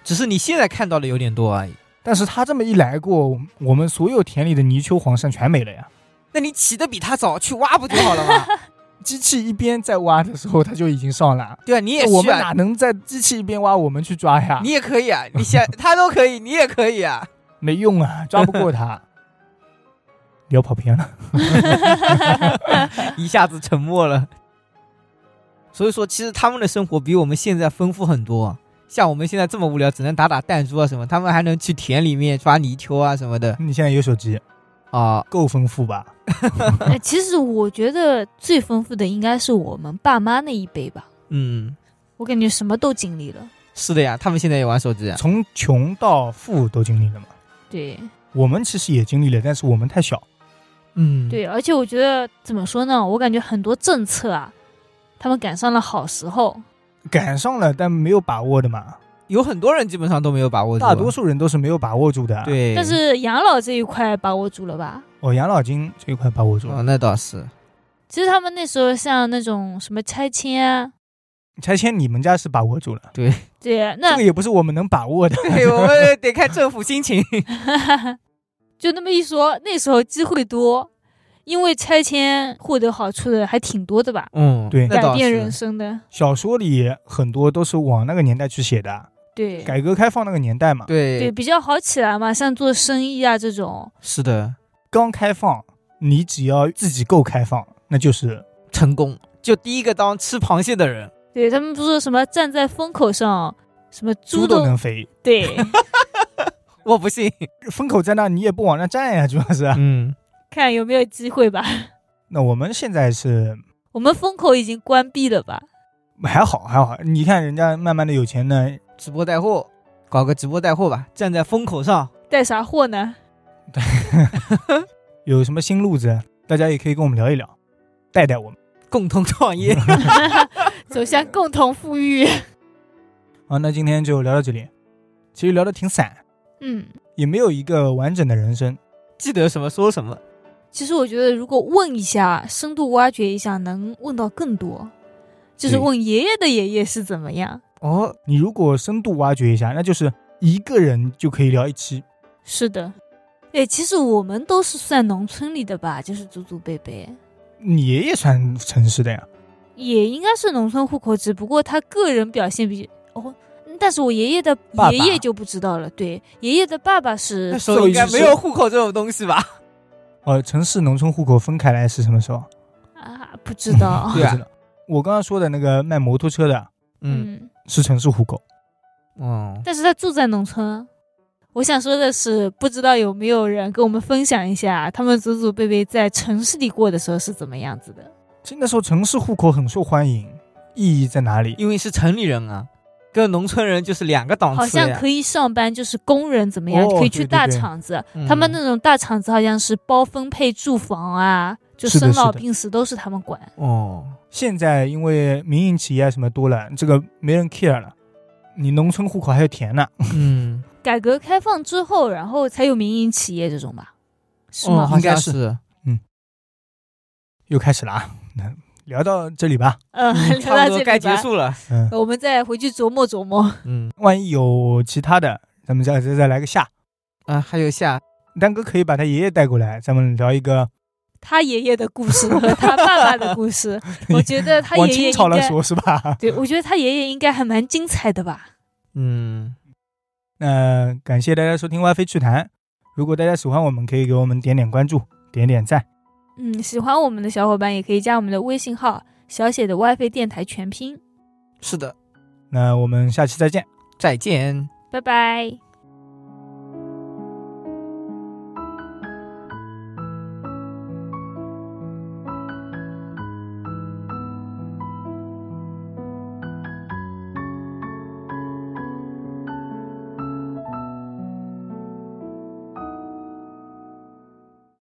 S3: 只是你现在看到的有点多而已。
S1: 但是它这么一来过，我们所有田里的泥鳅、黄鳝全没了呀。
S3: 那你起得比它早，去挖不就好了吗？
S1: 机器一边在挖的时候，它就已经上了。
S3: 对啊，你也
S1: 我
S3: 去
S1: 们
S3: 啊
S1: 哪，能在机器一边挖，我们去抓呀？
S3: 你也可以啊，你想它都可以，你也可以啊。
S1: 没用啊，抓不过 它。聊跑偏了，
S3: 一下子沉默了。所以说，其实他们的生活比我们现在丰富很多。啊像我们现在这么无聊，只能打打弹珠啊什么，他们还能去田里面抓泥鳅啊什么的
S1: 你现在有手机，
S3: 啊。
S1: 够丰富吧？
S2: 哎，其实我觉得最丰富的应该是我们爸妈那一辈吧，
S3: 嗯，
S2: 我感觉什么都经历了。
S3: 是的呀，他们现在也玩手机啊。
S1: 从穷到富都经历了嘛。
S2: 对
S1: 我们其实也经历了，但是我们太小。
S3: 嗯，
S2: 对，而且我觉得怎么说呢，我感觉很多政策啊，他们赶上了好时候。
S1: 赶上了，但没有把握的嘛。
S3: 有很多人基本上都没有把握住啊，
S1: 大多数啊人都是没有把握住的。，
S3: 对，
S2: 但是养老这一块把握住了吧？
S1: 哦，养老金这一块把握住了。
S3: 哦，那倒是，
S2: 其实他们那时候像那种什么拆迁啊，
S1: 拆迁你们家是把握住了，
S2: 对，
S1: 这
S2: 那
S1: 个也不是我们能把握的。
S3: 对，我们得看政府心情。
S2: 就那么一说，那时候机会多，因为拆迁获得好处的还挺多的吧，
S3: 嗯，
S1: 对
S3: 那
S2: 改
S3: 倒
S2: 变人
S3: 是。
S2: 生的，
S1: 小说里很多都是往那个年代去写的，
S2: 对
S1: 改革开放那个年代嘛。
S2: 对
S3: 对，
S2: 比较好起来嘛，像做生意啊这种，
S3: 是的，
S1: 刚开放，你只要自己够开放，那就是
S3: 成功就第一个当吃螃蟹的人。
S2: 对他们不是说什么站在风口上，什么
S1: 猪
S2: 猪
S1: 都
S2: 都
S1: 能飞。
S2: 对，
S3: 我不信。
S1: 风口在那，你也不往那站呀，主要是。
S3: 嗯，
S2: 看有没有机会吧。
S1: 那我们现在是
S2: 我们风口已经关闭了吧？
S1: 还好还好，你看人家慢慢的有钱呢，
S3: 直播带货，搞个直播带货吧，站在风口上。
S2: 带啥货呢？
S1: 有什么新路子，大家也可以跟我们聊一聊，带带我们。
S3: 共同创 业。
S2: 走向共同富裕。
S1: 好，那今天就聊到这里。其实聊的挺散，
S2: 嗯，
S1: 也没有一个完整的人生。
S3: 记得什么说什么。
S2: 其实我觉得，如果问一下，深度挖掘一下，能问到更多。就是
S1: 对
S2: 问爷爷的爷爷是怎么样？
S3: 哦，
S1: 你如果深度挖掘一下，那就是一个人就可以聊一期。
S2: 是的，哎，其实我们都是算农村里的吧，就是祖祖辈辈，
S1: 你爷爷算城市的呀？
S2: 也应该是农村户口，只不过他个人表现比哦。嗯但是我爷爷的
S1: 爸爸
S2: 爷爷就不知道了，对，爷爷的爸爸是
S3: 那时候应该没有户口这种东西吧？，
S1: 呃，城市农村户口分开来是什么时候？
S2: 啊，不知道
S3: 对啊
S1: 不知道我刚刚说的那个卖摩托车的
S3: 嗯，
S1: 是城市户口，
S2: 嗯
S3: 哦，
S2: 但是他住在农村。我想说的是，不知道有没有人跟我们分享一下，他们祖祖辈辈在城市里过的时候是怎么样子的？
S1: 其实那时候城市户口很受欢迎，意义在哪里？
S3: 因为是城里人啊，跟农村人就是两个档
S2: 好
S3: 次呀
S2: 像可以上班，就是工人怎么样，
S1: 哦
S2: 可以去
S1: 对对
S2: 大
S1: 对
S2: 厂子。
S3: 嗯
S2: 他们那种大厂子好像是包分配住房啊，就是
S1: 的
S2: 生
S1: 是
S2: 老
S1: 的
S2: 病死都是他们管。
S3: 哦，
S1: 现在因为民营企业什么多了，这个没人 care 了。你农村户口还有田呢，
S3: 嗯，
S2: 改革开放之后，然后才有民营企业这种吧？是
S3: 哦，
S2: 吗？
S3: 好
S1: 应该
S3: 像
S1: 是
S3: 是。
S1: 又开始了啊！ 那聊到这里吧，
S2: 嗯， 聊
S3: 差
S2: 到这
S3: 不多
S2: 里
S3: 该结
S2: 吧，
S3: 束了，
S1: 嗯，
S2: 我们再回去琢磨琢磨。
S3: 嗯
S1: 万一有其他的，咱们再再再来个下。
S3: 啊，还有下，
S1: 丹哥可以把他爷爷带过来，咱们聊一个
S2: 他爷爷的故事和他爸爸的 故事，我觉得他
S1: 往
S2: 爷爷
S1: 清朝
S2: 应
S1: 来
S2: 该，
S1: 说是吧？
S2: 对我觉得他爷爷应该还蛮精彩的吧。
S3: 嗯，
S1: 那、感谢大家收听《歪飞趣谈》，如果大家喜欢我们，可以给我们点点关注，点点赞。
S2: 嗯，喜欢我们的小伙伴也可以加我们的微信号小写的 WiFi 电台全拼，
S3: 是的，
S1: 那我们下期再见。
S3: 再见。
S2: 拜拜。